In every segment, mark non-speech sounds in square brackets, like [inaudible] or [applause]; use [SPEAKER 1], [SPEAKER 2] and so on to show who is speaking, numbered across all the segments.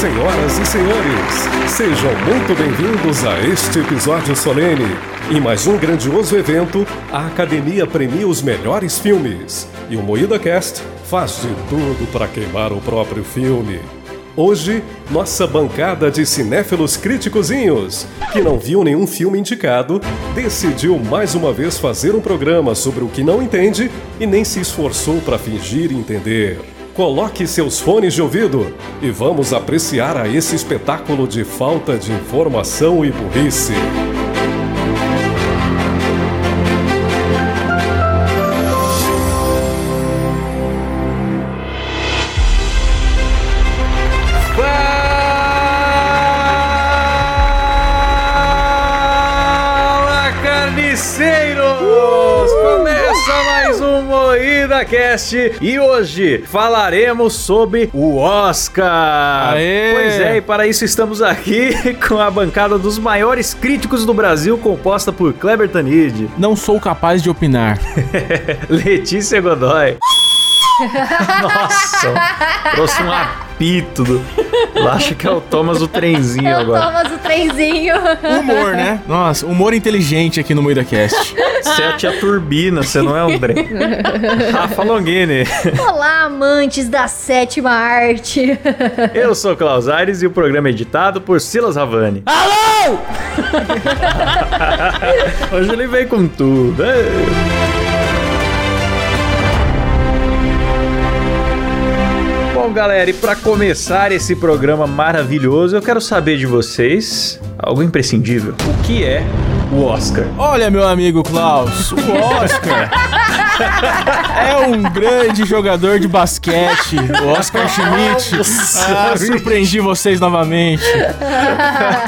[SPEAKER 1] Senhoras e senhores, sejam muito bem-vindos a este episódio solene. Em mais um grandioso evento, a academia premia os melhores filmes. E o Moída Cast faz de tudo para queimar o próprio filme. Hoje, nossa bancada de cinéfilos criticozinhos, que não viu nenhum filme indicado, decidiu mais uma vez fazer um programa sobre o que não entende e nem se esforçou para fingir entender. Coloque seus fones de ouvido e vamos apreciar a esse espetáculo de falta de informação e burrice.
[SPEAKER 2] Fala, carniceiros! Começa mais um Moída Cast e hoje falaremos sobre o Oscar.
[SPEAKER 3] Aê!
[SPEAKER 2] Pois é, e para isso estamos aqui [laughs] com a bancada dos maiores críticos do Brasil, composta por Kleber Tanid, [laughs]
[SPEAKER 3] Não sou capaz de opinar.
[SPEAKER 2] Letícia Godoy. Nossa, trouxe um apito. do- Ela acha que é o Thomas o trenzinho
[SPEAKER 4] Eu
[SPEAKER 2] agora.
[SPEAKER 4] Thomas o trenzinho.
[SPEAKER 3] Humor, né? Nossa, humor inteligente aqui no meio da cast.
[SPEAKER 2] Você é a tia Turbina, você não é o André. Rafa Longini.
[SPEAKER 4] Olá, amantes da sétima arte.
[SPEAKER 2] Eu sou Klaus Aires e o programa é editado por Silas Havani. Alô! [laughs] Hoje ele veio com tudo. é. Ei. Bom, galera, e pra começar esse programa maravilhoso, eu quero saber de vocês algo imprescindível. O que é o Oscar?
[SPEAKER 3] Olha, meu amigo Klaus, o Oscar é um grande jogador de basquete. O Oscar Schmidt. Ah, surpreendi vocês novamente.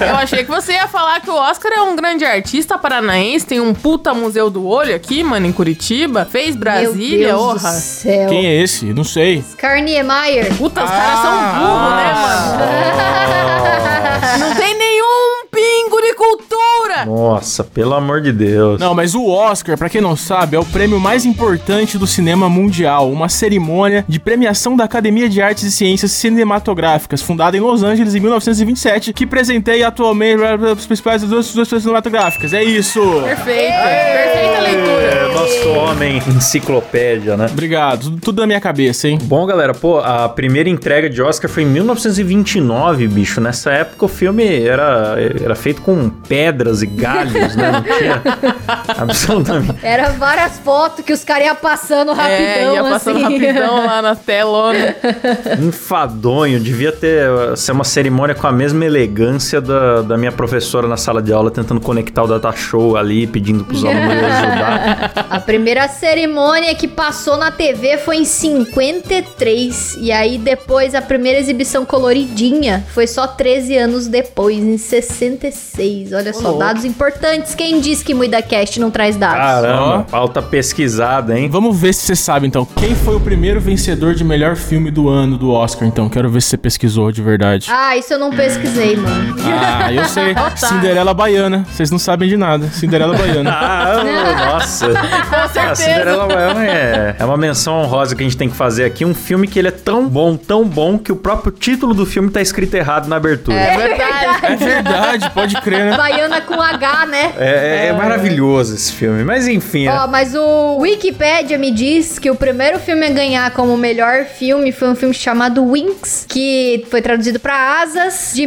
[SPEAKER 5] Eu achei que você ia falar que o Oscar é um grande artista paranaense, tem um puta museu do olho aqui, mano, em Curitiba. Fez Brasília,
[SPEAKER 4] Meu Deus
[SPEAKER 5] orra.
[SPEAKER 4] do céu.
[SPEAKER 3] Quem é esse? Não sei.
[SPEAKER 4] Oscar Niemeyer.
[SPEAKER 5] Puta, os caras são
[SPEAKER 2] Ah,
[SPEAKER 5] burros, né, mano? Não tem nenhum pingo de cultura.
[SPEAKER 2] Nossa, pelo amor de Deus.
[SPEAKER 3] Não, mas o Oscar, pra quem não sabe, é o prêmio mais importante do cinema mundial, uma cerimônia de premiação da Academia de Artes e Ciências Cinematográficas, fundada em Los Angeles em 1927, que presenteia atualmente as principais duas duas cinematográficas. É isso!
[SPEAKER 5] Perfeito. Perfeita leitura.
[SPEAKER 2] É nosso homem enciclopédia, né?
[SPEAKER 3] Obrigado, tudo- tudo da minha cabeça, hein?
[SPEAKER 2] Bom, galera, pô, a primeira entrega de Oscar foi em 1929, bicho. Nessa época o filme era, era feito com pedras e galhos, né? Não tinha absolutamente.
[SPEAKER 4] Era várias fotos que os caras iam passando rapidão,
[SPEAKER 5] é, ia passando
[SPEAKER 4] assim.
[SPEAKER 5] rapidão lá na né? telona.
[SPEAKER 2] Enfadonho. Devia ter eh, ser uma cerimônia com a mesma elegância da, da minha professora na sala de aula, tentando conectar o data show ali, pedindo pros alunos ajudar.
[SPEAKER 4] A primeira cerimônia que passou na TV foi em 53. E aí depois a primeira exibição coloridinha foi só 13 anos depois, em 66. Olha só, dados importantes. Quem disse que Muida Cast não traz dados?
[SPEAKER 2] Caramba, alta pesquisada, hein?
[SPEAKER 3] Vamos ver se você sabe então. Quem foi o primeiro vencedor de melhor filme do ano do Oscar, então? Quero ver se você pesquisou de verdade.
[SPEAKER 4] Ah, isso eu não pesquisei, mano.
[SPEAKER 3] Ah, eu sei. Cinderela Baiana. Vocês não sabem de nada. Cinderela Baiana.
[SPEAKER 2] [laughs] Ah, ô, nossa. Ah,
[SPEAKER 5] certeza.
[SPEAKER 2] A Cinderela Baiana é, é uma menção honrosa que a gente tem que fazer aqui. Um filme que ele é tão bom, tão bom, que o próprio título do filme tá escrito errado na abertura. É.
[SPEAKER 5] É verdade.
[SPEAKER 3] É verdade, pode crer, né?
[SPEAKER 4] [laughs] Baiana com H, né?
[SPEAKER 2] é maravilhoso esse filme, mas enfim. é,
[SPEAKER 4] Ó, mas o Wikipedia me diz que o primeiro filme a ganhar como melhor filme foi um filme chamado Winx, que foi traduzido pra Asas, de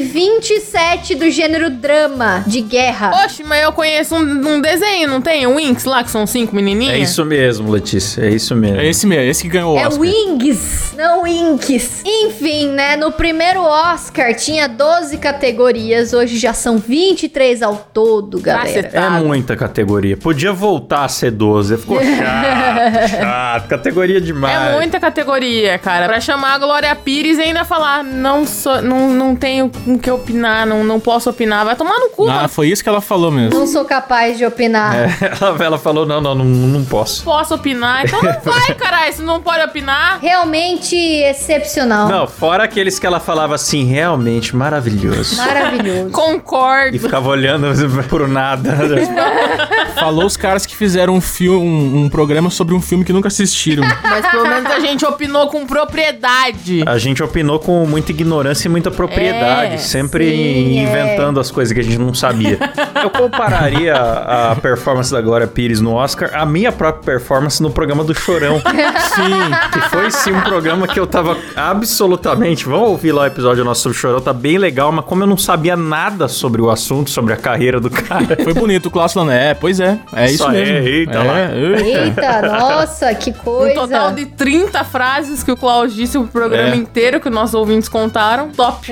[SPEAKER 4] 1927, do gênero drama, de guerra.
[SPEAKER 5] Oxe, mas eu conheço um, um desenho, não tem? Winx lá, que são cinco menininhas.
[SPEAKER 2] É isso mesmo, Letícia. É isso mesmo.
[SPEAKER 3] É esse mesmo, é esse que ganhou o
[SPEAKER 4] É
[SPEAKER 3] Oscar.
[SPEAKER 4] Wings, não Winx. Enfim, né? No primeiro Oscar tinha 12 categorias, hoje já são 23 ao todo, galera.
[SPEAKER 2] É muita categoria. Podia voltar a ser 12. Ficou chato, chato. Categoria demais.
[SPEAKER 5] É muita categoria, cara. Pra chamar a Glória Pires e ainda falar, não sou, não, não tenho o que opinar, não, não posso opinar. Vai tomar no cu,
[SPEAKER 3] Ah,
[SPEAKER 5] mano.
[SPEAKER 3] foi isso que ela falou
[SPEAKER 4] [laughs]
[SPEAKER 3] mesmo.
[SPEAKER 4] Não sou capaz de
[SPEAKER 5] É.
[SPEAKER 4] opinar.
[SPEAKER 2] É, Ela, ela falou, não, não, não, não posso.
[SPEAKER 5] Não posso opinar. Então
[SPEAKER 2] [laughs]
[SPEAKER 5] não vai, caralho. Você não pode opinar.
[SPEAKER 4] Realmente excepcional.
[SPEAKER 2] Não, fora aqueles que ela falava assim, realmente maravilhoso.
[SPEAKER 4] Maravilhoso.
[SPEAKER 5] Concordo.
[SPEAKER 2] E ficava olhando [laughs] pro nada.
[SPEAKER 3] Falou os caras que fizeram um filme, um, um programa sobre um filme que nunca assistiram.
[SPEAKER 5] Mas
[SPEAKER 2] [laughs]
[SPEAKER 5] pelo menos a gente opinou com propriedade.
[SPEAKER 2] A gente opinou com muita ignorância e muita propriedade,
[SPEAKER 5] É,
[SPEAKER 2] sempre
[SPEAKER 4] sim,
[SPEAKER 2] inventando as coisas que a gente não sabia. Eu compararia a a performance da Glória Pires no Oscar à minha própria performance no programa do Chorão. sim, que foi sim um programa que eu tava absolutamente. Vamos ouvir lá o episódio nosso sobre o Chorão, tá bem legal, mas como eu não sabia nada sobre o assunto, sobre a carreira do cara.
[SPEAKER 3] Foi bonito o Klaus falando, é, pois é, é isso
[SPEAKER 2] Só é,
[SPEAKER 3] mesmo.
[SPEAKER 2] eita lá.
[SPEAKER 4] Eita,
[SPEAKER 5] [laughs]
[SPEAKER 4] nossa, que
[SPEAKER 5] Um
[SPEAKER 4] coisa.
[SPEAKER 5] total de 30 frases que o Klaus disse o programa
[SPEAKER 2] É.
[SPEAKER 5] inteiro, que nossos ouvintes contaram. Top.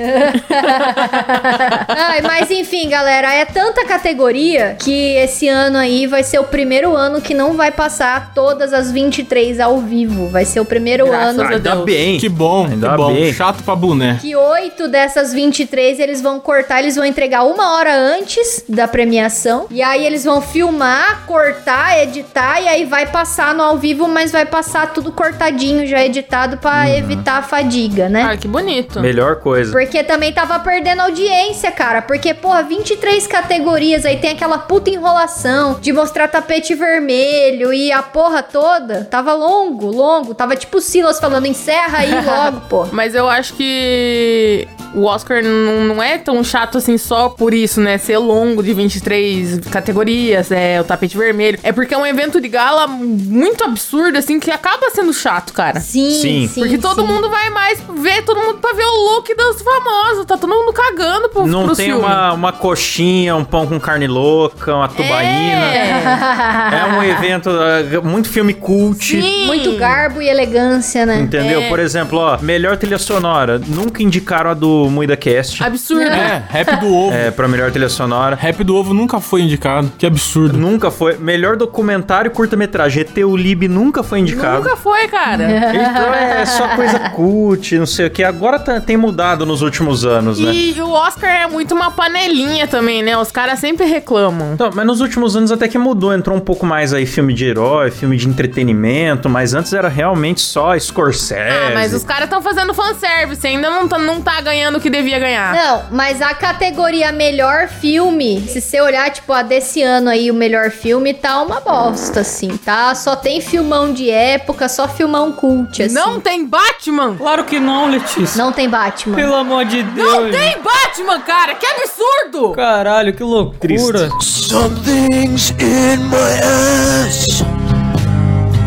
[SPEAKER 4] Ai, mas enfim, galera, é tanta categoria que esse ano aí vai ser o primeiro ano que não vai passar todas as 23 ao vivo. Vai ser o primeiro
[SPEAKER 5] Graças
[SPEAKER 4] ano
[SPEAKER 5] a
[SPEAKER 2] Ainda
[SPEAKER 5] Deus.
[SPEAKER 2] bem.
[SPEAKER 3] Que bom,
[SPEAKER 2] Ainda
[SPEAKER 3] que bom.
[SPEAKER 2] bem.
[SPEAKER 3] Chato pra boné.
[SPEAKER 4] que oito dessas 23 eles vão cortar, eles vão entregar uma hora antes da premiação. E aí eles vão filmar, cortar, editar e aí vai passar no ao vivo, mas vai passar tudo cortadinho, já editado pra evitar a fadiga, né?
[SPEAKER 5] Ah, que bonito.
[SPEAKER 2] Melhor coisa.
[SPEAKER 4] Porque também tava perdendo audiência, cara. Porque, porra, 23 categorias, aí tem aquela puta enrolação de mostrar tapete vermelho e a porra toda. Tava longo, longo. Tava tipo o Silas falando, encerra
[SPEAKER 5] [laughs]
[SPEAKER 4] aí logo, pô.
[SPEAKER 5] Mas eu acho que o Oscar não não é tão chato assim só por isso, né? Ser longo de 23 categorias, é o tapete vermelho. É porque é um evento de gala muito absurdo, assim, que acaba sendo chato, cara.
[SPEAKER 4] Sim, sim.
[SPEAKER 2] Sim.
[SPEAKER 5] porque todo
[SPEAKER 4] sim.
[SPEAKER 5] mundo vai mais ver, todo mundo pra ver o look dos famosos. Tá todo mundo cagando pro,
[SPEAKER 2] Não
[SPEAKER 5] pro
[SPEAKER 2] tem
[SPEAKER 5] filme.
[SPEAKER 2] uma, uma coxinha, um pão com carne louca, uma tubaína.
[SPEAKER 5] É.
[SPEAKER 2] É,
[SPEAKER 5] [laughs]
[SPEAKER 2] um evento, é, muito filme cult.
[SPEAKER 5] Sim. é.
[SPEAKER 4] Muito garbo e elegância, né?
[SPEAKER 2] Entendeu? Por exemplo, ó, melhor trilha sonora. Nunca indicaram a do Muida Cast
[SPEAKER 5] Absurdo.
[SPEAKER 3] É, rap do ovo.
[SPEAKER 2] é, pra melhor trilha sonora.
[SPEAKER 3] Rap do ovo nunca foi indicado. Que absurdo.
[SPEAKER 2] Nunca foi. Melhor documentário curta-metragem. ETU Lib nunca foi indicado.
[SPEAKER 5] Nunca foi, cara.
[SPEAKER 2] Então é só coisa cult, não sei o que. Agora tá- tem mudado nos últimos anos, né?
[SPEAKER 5] E o Oscar é muito uma panelinha também, né? Os caras sempre reclamam.
[SPEAKER 2] Então, mas nos últimos anos até que mudou, entrou um pouco mais aí filme de herói, filme de entretenimento, mas antes era realmente só Scorsese.
[SPEAKER 5] Ah, mas os caras estão fazendo fanservice, ainda não tá, não tá ganhando o que devia ganhar.
[SPEAKER 4] É. Não, mas a categoria melhor filme, se você olhar, tipo, a desse ano aí, o melhor filme, tá uma bosta, assim, tá? Só tem filmão de época, só filmão cult, assim.
[SPEAKER 5] Não tem Batman?
[SPEAKER 6] Claro que não, Letícia.
[SPEAKER 4] Não tem Batman.
[SPEAKER 6] Pelo amor de Deus.
[SPEAKER 5] Não tem Batman, cara! Que absurdo!
[SPEAKER 6] Caralho, que loucura.
[SPEAKER 7] Something's in my ass.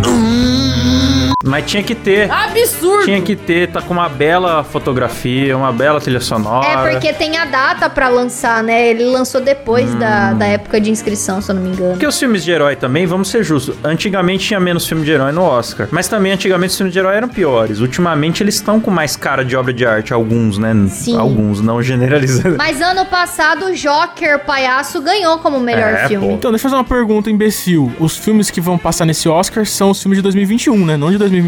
[SPEAKER 2] Hum. Mas tinha que ter.
[SPEAKER 5] Absurdo!
[SPEAKER 2] Tinha que ter, tá com uma bela fotografia, uma bela trilha sonora.
[SPEAKER 4] É, porque tem a data pra lançar, né? Ele lançou depois da, da época de inscrição, se eu não me engano.
[SPEAKER 2] Porque os filmes de herói também, vamos ser justos, antigamente tinha menos filme de herói no Oscar. Mas também antigamente os filmes de herói eram piores. Ultimamente eles estão com mais cara de obra de arte, alguns, né?
[SPEAKER 4] Sim.
[SPEAKER 2] Alguns, não generalizando.
[SPEAKER 4] Mas ano passado, o Joker Palhaço ganhou como melhor
[SPEAKER 2] [laughs] É,
[SPEAKER 4] filme.
[SPEAKER 3] Então, deixa eu fazer uma pergunta, imbecil. Os filmes que vão passar nesse Oscar são os filmes de 2021, né? Não de 2022.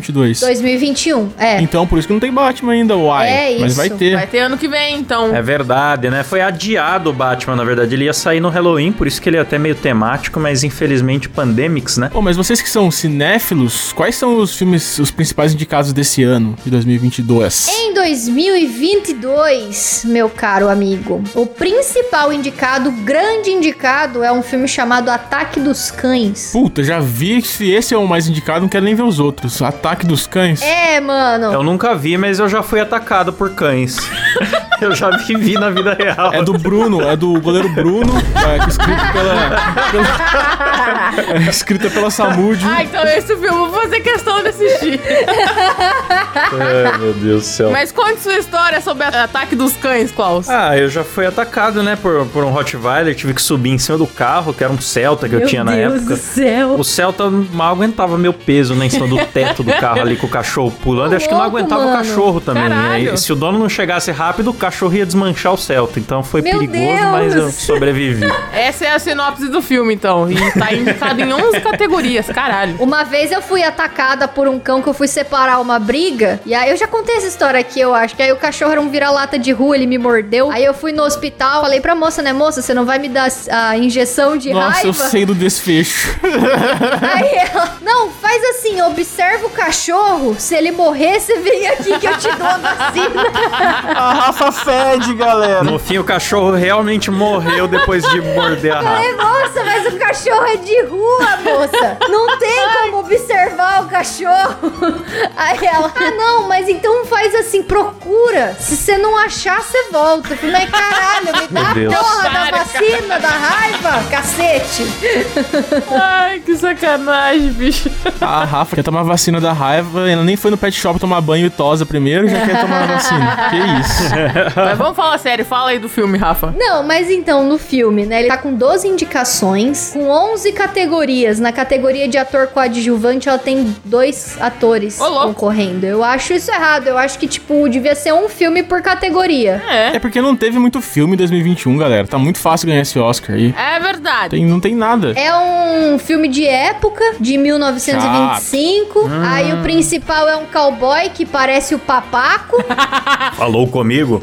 [SPEAKER 4] 2021, é.
[SPEAKER 3] Então, por isso que não tem Batman ainda, uai.
[SPEAKER 4] É
[SPEAKER 3] Mas
[SPEAKER 4] isso.
[SPEAKER 3] vai ter.
[SPEAKER 5] Vai ter ano que vem, então.
[SPEAKER 2] É verdade, né? Foi adiado o Batman, na verdade. Ele ia sair no Halloween, por isso que ele é até meio temático, mas infelizmente pandemics, né?
[SPEAKER 3] Pô, mas vocês que são cinéfilos, quais são os filmes, os principais indicados desse ano, de 2022?
[SPEAKER 4] Em 2022, meu caro amigo, o principal indicado, grande indicado, é um filme chamado Ataque dos Cães.
[SPEAKER 3] Puta, já vi que se esse é o mais indicado, não quero nem ver os outros. Ataque dos Cães.
[SPEAKER 4] É, mano.
[SPEAKER 2] Eu nunca vi, mas eu já fui atacado por cães. [laughs] eu já vivi na vida real.
[SPEAKER 3] É do Bruno, é do goleiro Bruno, é, que é escrito pela, pela- é escrita pela Samud.
[SPEAKER 5] Ah, então esse filme eu vou fazer questão de assistir.
[SPEAKER 2] [laughs] Ai, meu Deus do céu.
[SPEAKER 5] Mas conte sua história sobre o ataque dos cães, Klaus.
[SPEAKER 2] Ah, eu já fui atacado, né, por, por um Rottweiler. Tive que subir em cima do carro, que era um Celta que eu tinha na
[SPEAKER 6] Meu Deus
[SPEAKER 2] época.
[SPEAKER 6] do céu.
[SPEAKER 2] O Celta mal aguentava meu peso, né? Em cima do teto do carro ali com o cachorro pulando. Eu acho que não
[SPEAKER 4] Louco,
[SPEAKER 2] aguentava
[SPEAKER 4] mano.
[SPEAKER 2] o cachorro também, né?
[SPEAKER 5] Caralho.
[SPEAKER 2] E se o dono não chegasse rápido, o cachorro ia desmanchar o Celta. Então foi
[SPEAKER 4] Meu
[SPEAKER 2] perigoso,
[SPEAKER 4] Deus.
[SPEAKER 2] mas eu sobrevivi.
[SPEAKER 5] Essa é a sinopse do filme, então. E tá indicado em 11 categorias, caralho.
[SPEAKER 4] Uma vez eu fui atacada por um cão que eu fui separar uma briga. E aí eu já contei essa história aqui, eu acho. Que aí o cachorro era um vira-lata de rua, ele me mordeu. Aí eu fui no hospital, falei pra moça, né, moça, você não vai me dar a injeção de
[SPEAKER 3] Nossa, é eu
[SPEAKER 4] raiva?
[SPEAKER 3] sei do desfecho.
[SPEAKER 4] Aí ela, não, faz assim, observa o cachorro. Se ele morrer, você vem aqui que eu te dou a vacina.
[SPEAKER 3] garrafa fede, galera.
[SPEAKER 2] No fim, o cachorro realmente morreu depois de morder a
[SPEAKER 4] Falei,
[SPEAKER 2] rata.
[SPEAKER 4] moça, mas o cachorro é de rua, moça. Não tem como observar o cachorro. [laughs] Aí ela, ah, não, mas então faz assim, procura. Se você não achar, você volta. Eu falei, mas caralho, me dá
[SPEAKER 2] Meu Deus.
[SPEAKER 4] a porra da
[SPEAKER 5] Otário,
[SPEAKER 4] vacina, da raiva, cacete.
[SPEAKER 5] Ai, que sacanagem, bicho.
[SPEAKER 3] A Rafa quer tomar vacina da raiva, ela nem foi no pet shop tomar banho e tosa primeiro, já quer tomar a vacina. Que isso.
[SPEAKER 5] Mas vamos falar sério, fala aí do filme, Rafa.
[SPEAKER 4] Não, mas então, no filme, né? Ele tá com 12 indicações, com 11 categorias. Na categoria de ator coadjuvante, ela tem dois atores
[SPEAKER 5] Ô, louco.
[SPEAKER 4] concorrendo. Eu acho isso errado. Eu acho que, tipo, devia ser um filme por categoria.
[SPEAKER 5] É.
[SPEAKER 3] É porque não teve muito filme em 2021, galera. Tá muito fácil ganhar esse Oscar aí.
[SPEAKER 5] É verdade.
[SPEAKER 3] Tem, não tem nada.
[SPEAKER 4] É um filme de época, de 1925. Aí o principal é um cowboy que parece o papaco.
[SPEAKER 2] Falou [laughs] comigo?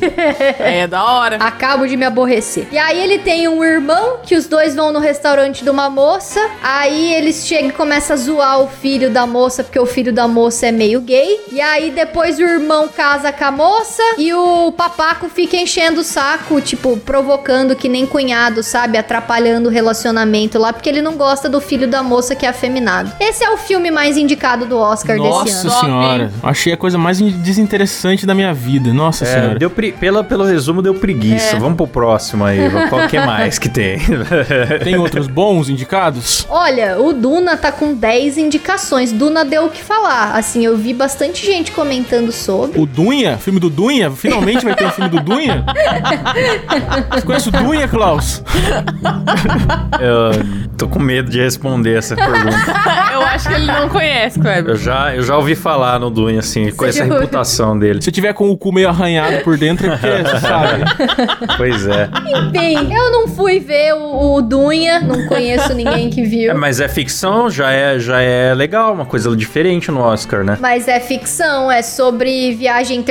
[SPEAKER 5] É, da hora.
[SPEAKER 4] Acabo de me aborrecer. E aí ele tem um irmão, que os dois vão no restaurante de uma moça. Aí eles chegam e começam a zoar o filho da moça, porque o filho da moça é meio gay. E aí depois o irmão casa com a moça e o papaco fica enchendo o saco, tipo, provocando que nem cunhado, sabe? Atrapalhando o relacionamento lá, porque ele não gosta do filho da moça que é afeminado. Esse é o filme mais indicado do Oscar desse
[SPEAKER 3] Nossa
[SPEAKER 4] ano.
[SPEAKER 5] Top,
[SPEAKER 3] senhora.
[SPEAKER 5] hein?
[SPEAKER 3] Achei a coisa mais desinteressante da minha vida. Nossa
[SPEAKER 2] É,
[SPEAKER 3] senhora.
[SPEAKER 2] deu pre- pela, pelo resumo, deu preguiça.
[SPEAKER 4] É.
[SPEAKER 2] Vamos pro próximo aí. Qual que é mais que tem? [laughs]
[SPEAKER 3] Tem outros bons indicados?
[SPEAKER 4] Olha, o Duna tá com 10 indicações. Duna deu o que falar. Assim, eu vi bastante gente comentando sobre.
[SPEAKER 3] O Dunha? Filme do Dunha? Finalmente vai ter um filme do Dunha? Você conhece o Dunha, Klaus?
[SPEAKER 2] Eu tô com medo de responder essa pergunta.
[SPEAKER 5] Eu acho que ele não conhece, Kleber.
[SPEAKER 2] Eu já, eu já ouvi falar no Dunha, assim, com essa
[SPEAKER 4] jura?
[SPEAKER 2] reputação dele.
[SPEAKER 3] Se tiver com o cu meio arranhado por dentro, é porque, você sabe?
[SPEAKER 2] Pois é.
[SPEAKER 4] Enfim, eu não fui ver o, o Dunha, não conheço ninguém que
[SPEAKER 2] É,
[SPEAKER 4] viu.
[SPEAKER 2] Mas é ficção, já é, já é legal, uma coisa diferente no Oscar, né?
[SPEAKER 4] Mas é ficção, é sobre viagem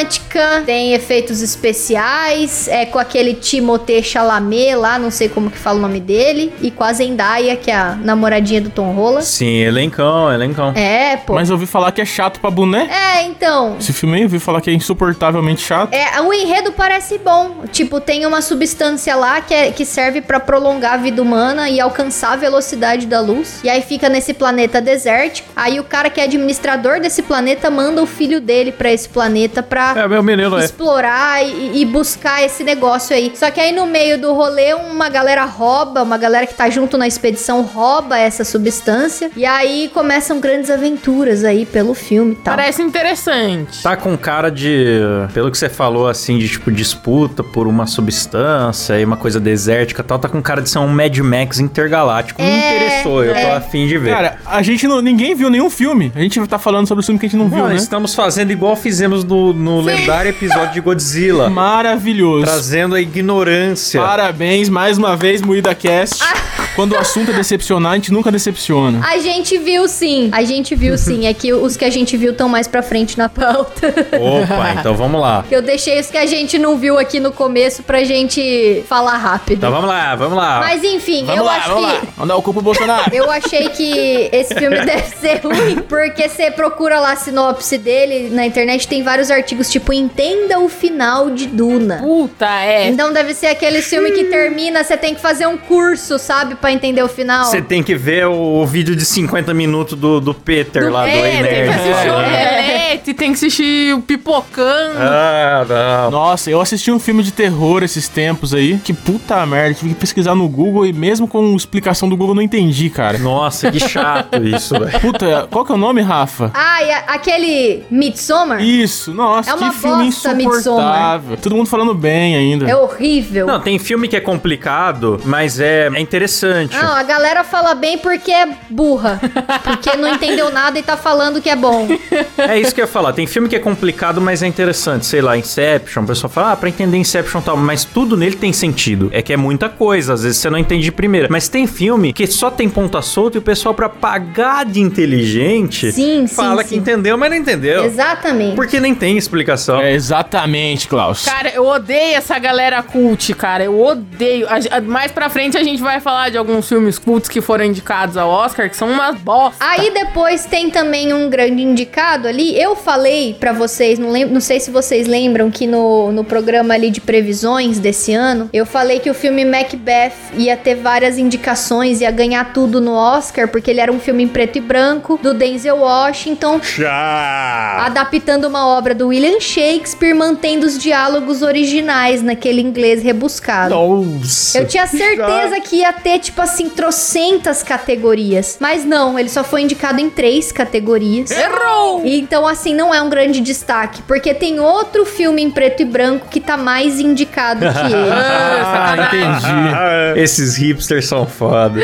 [SPEAKER 4] intergaláctica, tem efeitos especiais, é com aquele Timothée Chalamet lá, não sei como que fala o nome dele, e com a Zendaya, que é a namoradinha do Tom Holland.
[SPEAKER 2] Sim, elencão, elencão.
[SPEAKER 4] É, pô.
[SPEAKER 3] Mas eu ouvi falar que é chato pra boné.
[SPEAKER 4] É, então,
[SPEAKER 3] Esse filme aí eu ouvi falar que é insuportavelmente chato.
[SPEAKER 4] É, o enredo parece bom. Tipo, tem uma substância lá que, é- que serve pra prolongar a vida humana e alcançar a velocidade da luz. E aí fica nesse planeta desértico. Aí o cara que é administrador desse planeta manda o filho dele pra esse planeta pra
[SPEAKER 2] É, meu menino, é.
[SPEAKER 4] explorar e, e buscar esse negócio aí. Só que aí no meio do rolê, uma galera rouba, uma galera que tá junto na expedição rouba essa substância. E aí começam grandes aventuras aí pelo filme e tal.
[SPEAKER 5] Parece interessante.
[SPEAKER 2] Tá com cara de. Pelo que você falou, assim, de tipo disputa por uma substância e uma coisa desértica e tal, tá com cara de ser um Mad Max intergaláctico. Me interessou, eu tô afim de ver.
[SPEAKER 3] Cara, a gente não, ninguém viu nenhum filme. A gente tá falando sobre o filme que a gente não viu,
[SPEAKER 2] Não,
[SPEAKER 3] né?
[SPEAKER 2] estamos fazendo igual fizemos no, no lendário episódio de Godzilla. [laughs]
[SPEAKER 3] Maravilhoso.
[SPEAKER 2] tá. trazendo a ignorância.
[SPEAKER 3] Parabéns mais uma vez, Moída Cast.
[SPEAKER 4] Ah.
[SPEAKER 3] Quando o assunto é decepcionar, a gente nunca decepciona.
[SPEAKER 4] A gente viu sim, a gente
[SPEAKER 3] [laughs]
[SPEAKER 4] viu sim. É que os que a gente viu estão mais pra frente na pauta. [laughs]
[SPEAKER 2] Opa, então vamos lá.
[SPEAKER 4] Eu deixei os que a gente não viu aqui no começo pra gente falar rápido.
[SPEAKER 2] Então vamos lá, vamos lá.
[SPEAKER 4] Mas enfim,
[SPEAKER 3] Vamos Tá,
[SPEAKER 4] eu
[SPEAKER 3] lá,
[SPEAKER 4] acho
[SPEAKER 3] vamos
[SPEAKER 4] que.
[SPEAKER 3] lá. Vamos dar o cu pro Bolsonaro.
[SPEAKER 4] [laughs] Eu achei que esse filme deve ser
[SPEAKER 3] [laughs]
[SPEAKER 4] ruim, porque você procura lá a sinopse dele na internet, tem vários artigos tipo Entenda o final de Duna.
[SPEAKER 5] Puta, é.
[SPEAKER 4] Então deve ser aquele filme que termina, você tem que fazer um curso, sabe, Pra entender o final.
[SPEAKER 2] Você tem que ver o, o vídeo de 50 minutos do, do Peter lá do
[SPEAKER 5] é, tem que
[SPEAKER 2] Nerd.
[SPEAKER 5] assistir
[SPEAKER 3] né?
[SPEAKER 5] o
[SPEAKER 2] falando.
[SPEAKER 5] Omelete, tem que assistir o Pipocando.
[SPEAKER 3] É.
[SPEAKER 2] Ah, não.
[SPEAKER 3] Nossa, eu assisti um filme de terror esses tempos aí. Que puta merda, tive que pesquisar no Google e mesmo com explicação do Google eu não entendi, cara.
[SPEAKER 2] Nossa, que [laughs] chato isso, velho.
[SPEAKER 3] Puta, qual que é o nome, Rafa?
[SPEAKER 4] Ah, e a- aquele Midsommar?
[SPEAKER 3] Isso, nossa,
[SPEAKER 4] É uma
[SPEAKER 3] que filme
[SPEAKER 4] bosta,
[SPEAKER 3] insuportável. Todo mundo falando bem ainda.
[SPEAKER 4] É horrível.
[SPEAKER 2] Não, tem filme que é complicado, mas é, é interessante.
[SPEAKER 4] Não, a galera fala bem porque é burra. Porque não entendeu nada e tá falando que é bom.
[SPEAKER 2] É isso que eu ia falar. Tem filme que é complicado, mas é interessante. Sei lá, Inception. O pessoal fala, ah, pra entender Inception e tal. Mas tudo nele tem sentido. É que é muita coisa. Às vezes você não entende de primeira. Mas tem filme que só tem ponta solta e o pessoal, pra pagar de inteligente,
[SPEAKER 4] Sim, sim,
[SPEAKER 2] fala
[SPEAKER 4] sim.
[SPEAKER 2] que entendeu, mas não entendeu.
[SPEAKER 4] Exatamente.
[SPEAKER 2] Porque nem tem explicação.
[SPEAKER 3] É, exatamente, Klaus.
[SPEAKER 5] Cara, eu odeio essa galera cult, cara. Eu odeio. A- a- mais pra frente a gente vai falar de alguns filmes cults que foram indicados ao Oscar, que são umas bosta.
[SPEAKER 4] Aí depois tem também um grande indicado ali. Eu Eu falei pra vocês, não, lembro, não sei se vocês lembram, que no, no programa ali de previsões desse ano, eu falei que o filme Macbeth ia ter várias indicações, ia ganhar tudo no Oscar, porque ele era um filme em preto e branco, do Denzel Washington,
[SPEAKER 8] Chá!
[SPEAKER 4] adaptando uma obra do William Shakespeare, mantendo os diálogos originais naquele inglês rebuscado.
[SPEAKER 2] Nossa.
[SPEAKER 4] Eu tinha certeza que ia ter, tipo assim, trocentas categorias. Mas não, ele só foi indicado em três categorias.
[SPEAKER 5] Errou!
[SPEAKER 4] E Então, assim, não é um grande destaque, porque tem outro filme em preto e branco que tá mais indicado que ele.
[SPEAKER 2] Ah, entendi. Esses hipsters são foda.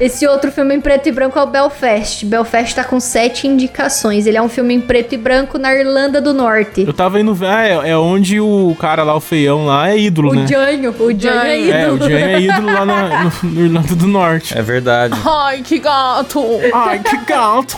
[SPEAKER 4] Esse outro filme em preto e branco é o Belfast. Belfast tá com sete indicações. Ele é um filme em preto e branco na Irlanda do Norte.
[SPEAKER 3] Eu tava indo ver. ah, É, é onde o cara lá, o feião lá, é ídolo, né?
[SPEAKER 4] Janho, o Janho é
[SPEAKER 3] É, o
[SPEAKER 4] ídolo.
[SPEAKER 3] Jane é ídolo lá na, no, no Irlanda do Norte.
[SPEAKER 2] É verdade.
[SPEAKER 5] Ai, que gato!
[SPEAKER 3] Ai, que gato!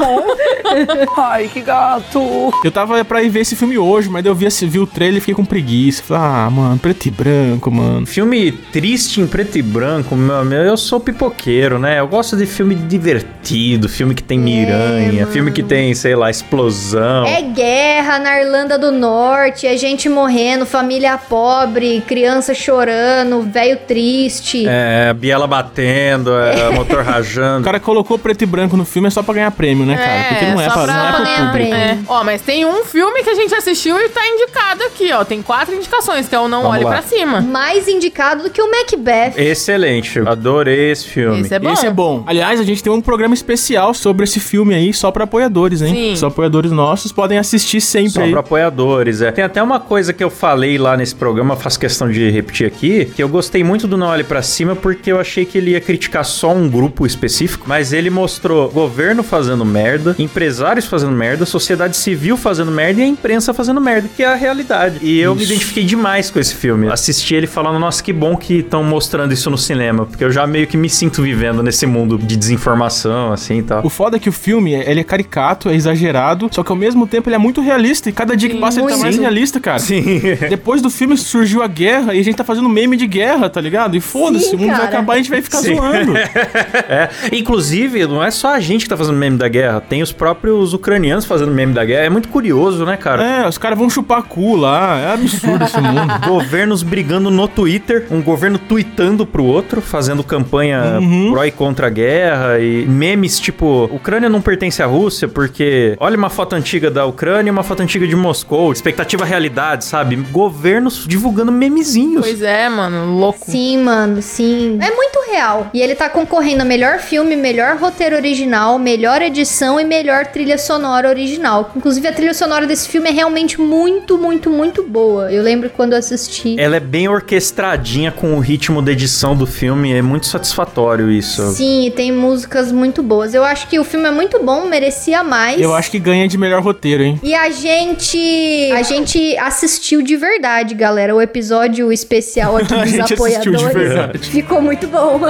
[SPEAKER 5] Ai, que gato!
[SPEAKER 3] Eu tava pra ir ver esse filme hoje, mas daí eu vi, esse- vi o trailer e fiquei com preguiça. Falei, ah, mano, preto e branco, mano.
[SPEAKER 2] Filme triste em preto e branco, meu amigo, eu sou pipoqueiro, né? Eu gosto de filme divertido, filme que
[SPEAKER 5] É,
[SPEAKER 2] tem miranha, filme que tem, sei lá, explosão.
[SPEAKER 4] É guerra na Irlanda do Norte, é gente morrendo, família pobre, criança chorando, velho triste.
[SPEAKER 2] É, biela batendo, é, motor
[SPEAKER 3] O
[SPEAKER 5] [laughs]
[SPEAKER 2] rajando.
[SPEAKER 3] cara colocou preto e branco no filme é só pra ganhar prêmio, né, cara? Porque não é, pra, não é pro público.
[SPEAKER 4] ganhar prêmio.
[SPEAKER 5] É. Ó, mas tem um filme que a gente assistiu e tá indicado aqui, ó. Tem quatro indicações, que é o Não
[SPEAKER 2] Vamos
[SPEAKER 5] Olhe
[SPEAKER 2] lá.
[SPEAKER 5] Pra Cima.
[SPEAKER 4] Mais indicado do que o Macbeth.
[SPEAKER 2] Excelente, adorei esse filme.
[SPEAKER 5] Esse é bom.
[SPEAKER 3] Esse é bom. Aliás, a gente tem um programa especial sobre esse filme aí, só pra apoiadores, hein?
[SPEAKER 5] Sim.
[SPEAKER 3] Só apoiadores nossos podem assistir sempre
[SPEAKER 2] Só
[SPEAKER 3] aí.
[SPEAKER 2] para apoiadores, é. Tem até uma coisa que eu falei lá nesse programa, faço questão de repetir aqui, que eu gostei muito do Não Olhe Pra Cima porque eu achei que ele ia criticar só um grupo específico, mas ele mostrou governo fazendo merda, empresários fazendo merda, sociedade civil fazendo merda e a imprensa fazendo merda, que é a realidade. E eu me identifiquei demais com esse filme. Assisti ele falando, nossa, que bom que estão mostrando isso no cinema, porque eu já meio que me sinto vivendo nesse mundo de desinformação, assim e tal.
[SPEAKER 3] O [laughs] foda é que o filme, ele é caricato, é exagerado, só que ao mesmo tempo ele é muito realista e cada dia que passa ele tá
[SPEAKER 4] muito.
[SPEAKER 3] mais realista, cara.
[SPEAKER 2] Sim.
[SPEAKER 3] Depois do filme surgiu a guerra e a gente tá fazendo meme de guerra, tá ligado? E foda-se,
[SPEAKER 4] Sim,
[SPEAKER 3] o mundo vai
[SPEAKER 4] cara.
[SPEAKER 3] acabar e a gente vai ficar
[SPEAKER 2] Sim. [laughs]
[SPEAKER 3] zoando.
[SPEAKER 2] É, inclusive, não é só a gente que tá fazendo meme da guerra, tem os próprios ucranianos fazendo meme da guerra. É muito curioso, né, cara?
[SPEAKER 3] É, os caras vão chupar cu lá. É absurdo esse mundo.
[SPEAKER 2] Uhum. Governos brigando no Twitter, um governo tweetando pro outro, fazendo campanha
[SPEAKER 5] Uhum.
[SPEAKER 2] pró e contra a guerra e memes tipo Ucrânia não pertence à Rússia porque olha uma foto antiga da Ucrânia e uma foto antiga de Moscou, expectativa realidade, sabe? Governos divulgando memezinhos.
[SPEAKER 5] Pois é, mano, louco.
[SPEAKER 4] Sim, mano, sim. É muito real. E ele tá concorrendo a melhor filme, melhor roteiro original, melhor edição e melhor trilha sonora original. Inclusive, a trilha sonora desse filme é realmente muito, muito, muito boa. Eu lembro quando eu assisti.
[SPEAKER 2] Ela é bem orquestradinha com o ritmo da edição do filme, é muito satisfatório isso.
[SPEAKER 4] Sim, e tem músicas muito boas. Eu acho que o filme é muito bom, merecia mais.
[SPEAKER 3] Eu acho que ganha de melhor roteiro, hein?
[SPEAKER 4] E a gente. A gente assistiu de verdade, galera. O episódio especial
[SPEAKER 3] [laughs]
[SPEAKER 4] aqui
[SPEAKER 3] A
[SPEAKER 4] dos
[SPEAKER 3] gente assistiu de
[SPEAKER 4] apoiadores.
[SPEAKER 3] verdade.
[SPEAKER 4] Ficou muito
[SPEAKER 3] [laughs]
[SPEAKER 4] bom.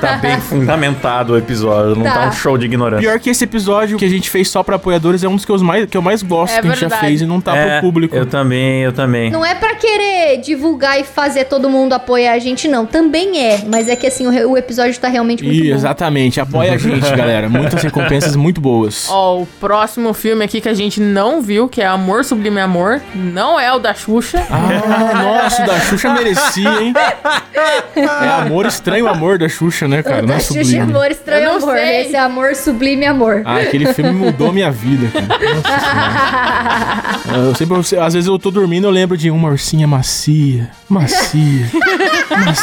[SPEAKER 2] Tá bem fundamentado o episódio, não tá,
[SPEAKER 4] Tá.
[SPEAKER 2] um show de ignorância.
[SPEAKER 3] Pior que esse episódio que a gente fez só pra apoiadores é um dos que eu mais, que eu mais gosto
[SPEAKER 5] É
[SPEAKER 3] que a gente já
[SPEAKER 5] verdade.
[SPEAKER 3] fez e não tá
[SPEAKER 2] É,
[SPEAKER 3] pro público.
[SPEAKER 2] Eu também, eu também.
[SPEAKER 4] Não é pra querer divulgar e fazer todo mundo apoiar a gente, não. Também é. Mas é que assim, o, re- o episódio tá realmente muito
[SPEAKER 3] Ih,
[SPEAKER 4] bom.
[SPEAKER 3] exatamente. Apoia
[SPEAKER 2] [laughs]
[SPEAKER 3] a gente, galera. Muitas recompensas muito boas.
[SPEAKER 4] Oh.
[SPEAKER 5] Ó, o próximo filme aqui que a gente não viu, que é Amor Sublime Amor, não é o da Xuxa.
[SPEAKER 3] Ah, nossa, o da Xuxa merecia, hein? É amor estranho, amor da Xuxa, né, cara? Não é
[SPEAKER 4] Xuxa,
[SPEAKER 3] sublime.
[SPEAKER 4] amor, estranho
[SPEAKER 5] Eu não
[SPEAKER 4] amor.
[SPEAKER 5] sei.
[SPEAKER 4] Esse é amor, sublime amor.
[SPEAKER 3] Ah, aquele filme mudou minha vida,
[SPEAKER 4] [laughs]
[SPEAKER 3] cara. Nossa senhora. eu sempre, às vezes eu tô dormindo, eu lembro de uma ursinha macia,
[SPEAKER 4] [laughs]
[SPEAKER 3] macia,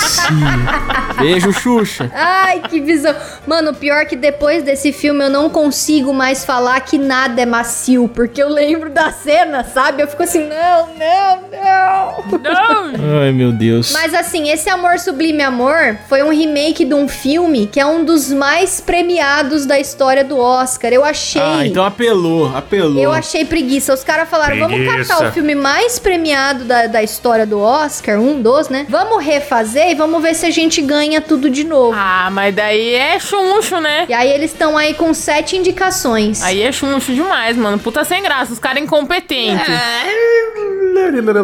[SPEAKER 3] macia. Beijo, Xuxa.
[SPEAKER 4] Ai, que visão. Mano, pior que depois desse filme eu não consigo mais falar que nada é macio, porque eu lembro da cena, sabe? Eu fico assim, não, não, não.
[SPEAKER 5] Não!
[SPEAKER 3] Ai, meu Deus.
[SPEAKER 4] Mas assim, esse Amor Sublime Amor foi um remake de um filme que é um dos mais premiados da história do Oscar. Eu achei.
[SPEAKER 3] Ah, então é apelou, apelou.
[SPEAKER 4] Eu achei preguiça. Os caras falaram, vamos
[SPEAKER 8] Preguiça.
[SPEAKER 4] catar o filme mais premiado da, da história do Oscar, um dos, né? Vamos refazer e vamos ver se a gente ganha tudo de novo.
[SPEAKER 5] Ah, mas daí é chuncho, né?
[SPEAKER 4] E aí eles estão aí com sete indicações.
[SPEAKER 5] Aí é chuncho demais, mano. Puta sem graça, os caras incompetentes.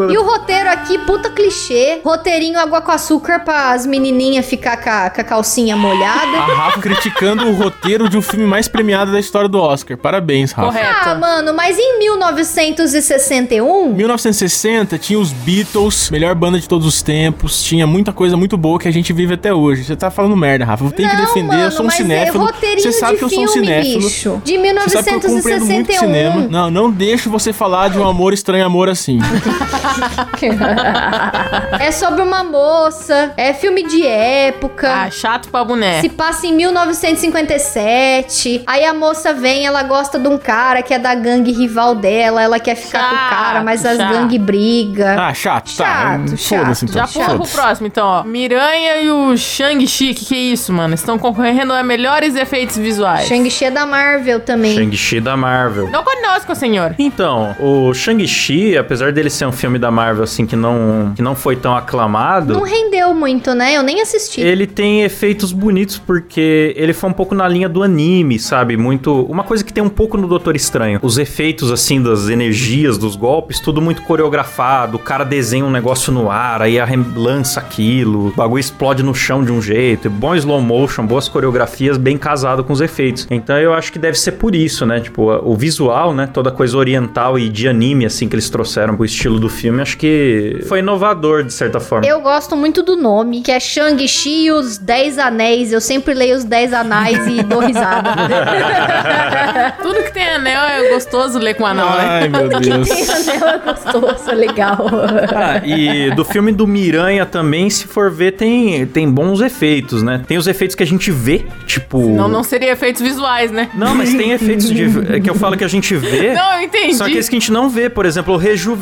[SPEAKER 4] E o roteiro aqui, puta clichê. Roteirinho água com açúcar pra as menininhas ficar com a, com a calcinha molhada.
[SPEAKER 3] A Rafa criticando o roteiro de um filme mais premiado da história do Oscar. Parabéns, Rafa.
[SPEAKER 5] Correto.
[SPEAKER 4] Ah, mano, mas em 1961,
[SPEAKER 3] 1960 tinha os Beatles, melhor banda de todos os tempos, tinha muita coisa muito boa que a gente vive até hoje. Você tá falando merda, Rafa. Eu tenho que
[SPEAKER 4] Não,
[SPEAKER 3] defender, eu sou um
[SPEAKER 4] mano, mas é
[SPEAKER 3] cinéfilo.
[SPEAKER 4] roteirinho
[SPEAKER 3] Você sabe
[SPEAKER 4] de
[SPEAKER 3] que eu sou um
[SPEAKER 4] filme,
[SPEAKER 3] cinéfilo.
[SPEAKER 4] bicho. De
[SPEAKER 3] Você sabe que eu compreendo muito
[SPEAKER 4] 1961.
[SPEAKER 3] cinema. Não, não deixo você falar de um amor estranho amor assim.
[SPEAKER 4] [laughs] é sobre uma moça, é filme de época.
[SPEAKER 5] Ah, chato pra
[SPEAKER 3] é.
[SPEAKER 5] boné.
[SPEAKER 4] Se passa em 1957. Aí a moça vem, ela gosta de um cara que é da gangue rival dela. Ela quer ficar com o cara,
[SPEAKER 5] Chato,
[SPEAKER 4] mas as
[SPEAKER 5] chato.
[SPEAKER 4] gangue briga.
[SPEAKER 3] Ah, chato, tá.
[SPEAKER 4] Chato,
[SPEAKER 3] Foda-se,
[SPEAKER 4] chato.
[SPEAKER 3] então.
[SPEAKER 5] Já pula pro
[SPEAKER 3] Foda-se.
[SPEAKER 5] próximo, então, ó. Miranha e o Shang-Chi, que que é isso, mano? Estão concorrendo a melhores efeitos visuais.
[SPEAKER 4] Shang-Chi é da Marvel também.
[SPEAKER 2] Shang-Chi da Marvel.
[SPEAKER 5] Não conosco, senhor.
[SPEAKER 2] Então, o Shang-Chi, apesar dele ser um filme da Marvel, assim, que não, que não foi tão aclamado...
[SPEAKER 4] Não rendeu muito, né? Eu nem assisti.
[SPEAKER 2] Ele tem efeitos bonitos porque ele foi um pouco na linha do anime, sabe? Muito. Uma coisa que tem um pouco no Doutor Estranho. Os efeitos, assim, das energias, dos golpes, tudo muito coreografado. O cara desenha um negócio no ar, aí arrem- lança aquilo. O bagulho explode no chão de um jeito. Bom slow motion, boas coreografias, bem casado com os efeitos. Então eu acho que deve ser por isso, né? Tipo, a- o visual, né? Toda coisa oriental e de anime, assim, que eles trouxeram pro estilo do filme, acho que foi inovador, de certa forma.
[SPEAKER 4] Eu gosto muito do nome, que é Shang-Chi e os Dez Anéis. Eu sempre leio os Dez Anéis e dou risada.
[SPEAKER 3] [laughs]
[SPEAKER 5] Tudo que tem anel é gostoso ler com anel, né?
[SPEAKER 3] Ai, meu Deus.
[SPEAKER 4] Tem anel é gostoso, é legal.
[SPEAKER 2] Ah, e do filme do Miranha também, se for ver, tem, tem bons efeitos, né? Tem os efeitos que a gente vê, tipo.
[SPEAKER 5] Não, não seria efeitos visuais, né?
[SPEAKER 2] Não, mas tem efeitos de, é que eu falo que a gente vê.
[SPEAKER 5] [laughs] Não, eu entendi.
[SPEAKER 2] Só que esse que a gente não vê, por exemplo, o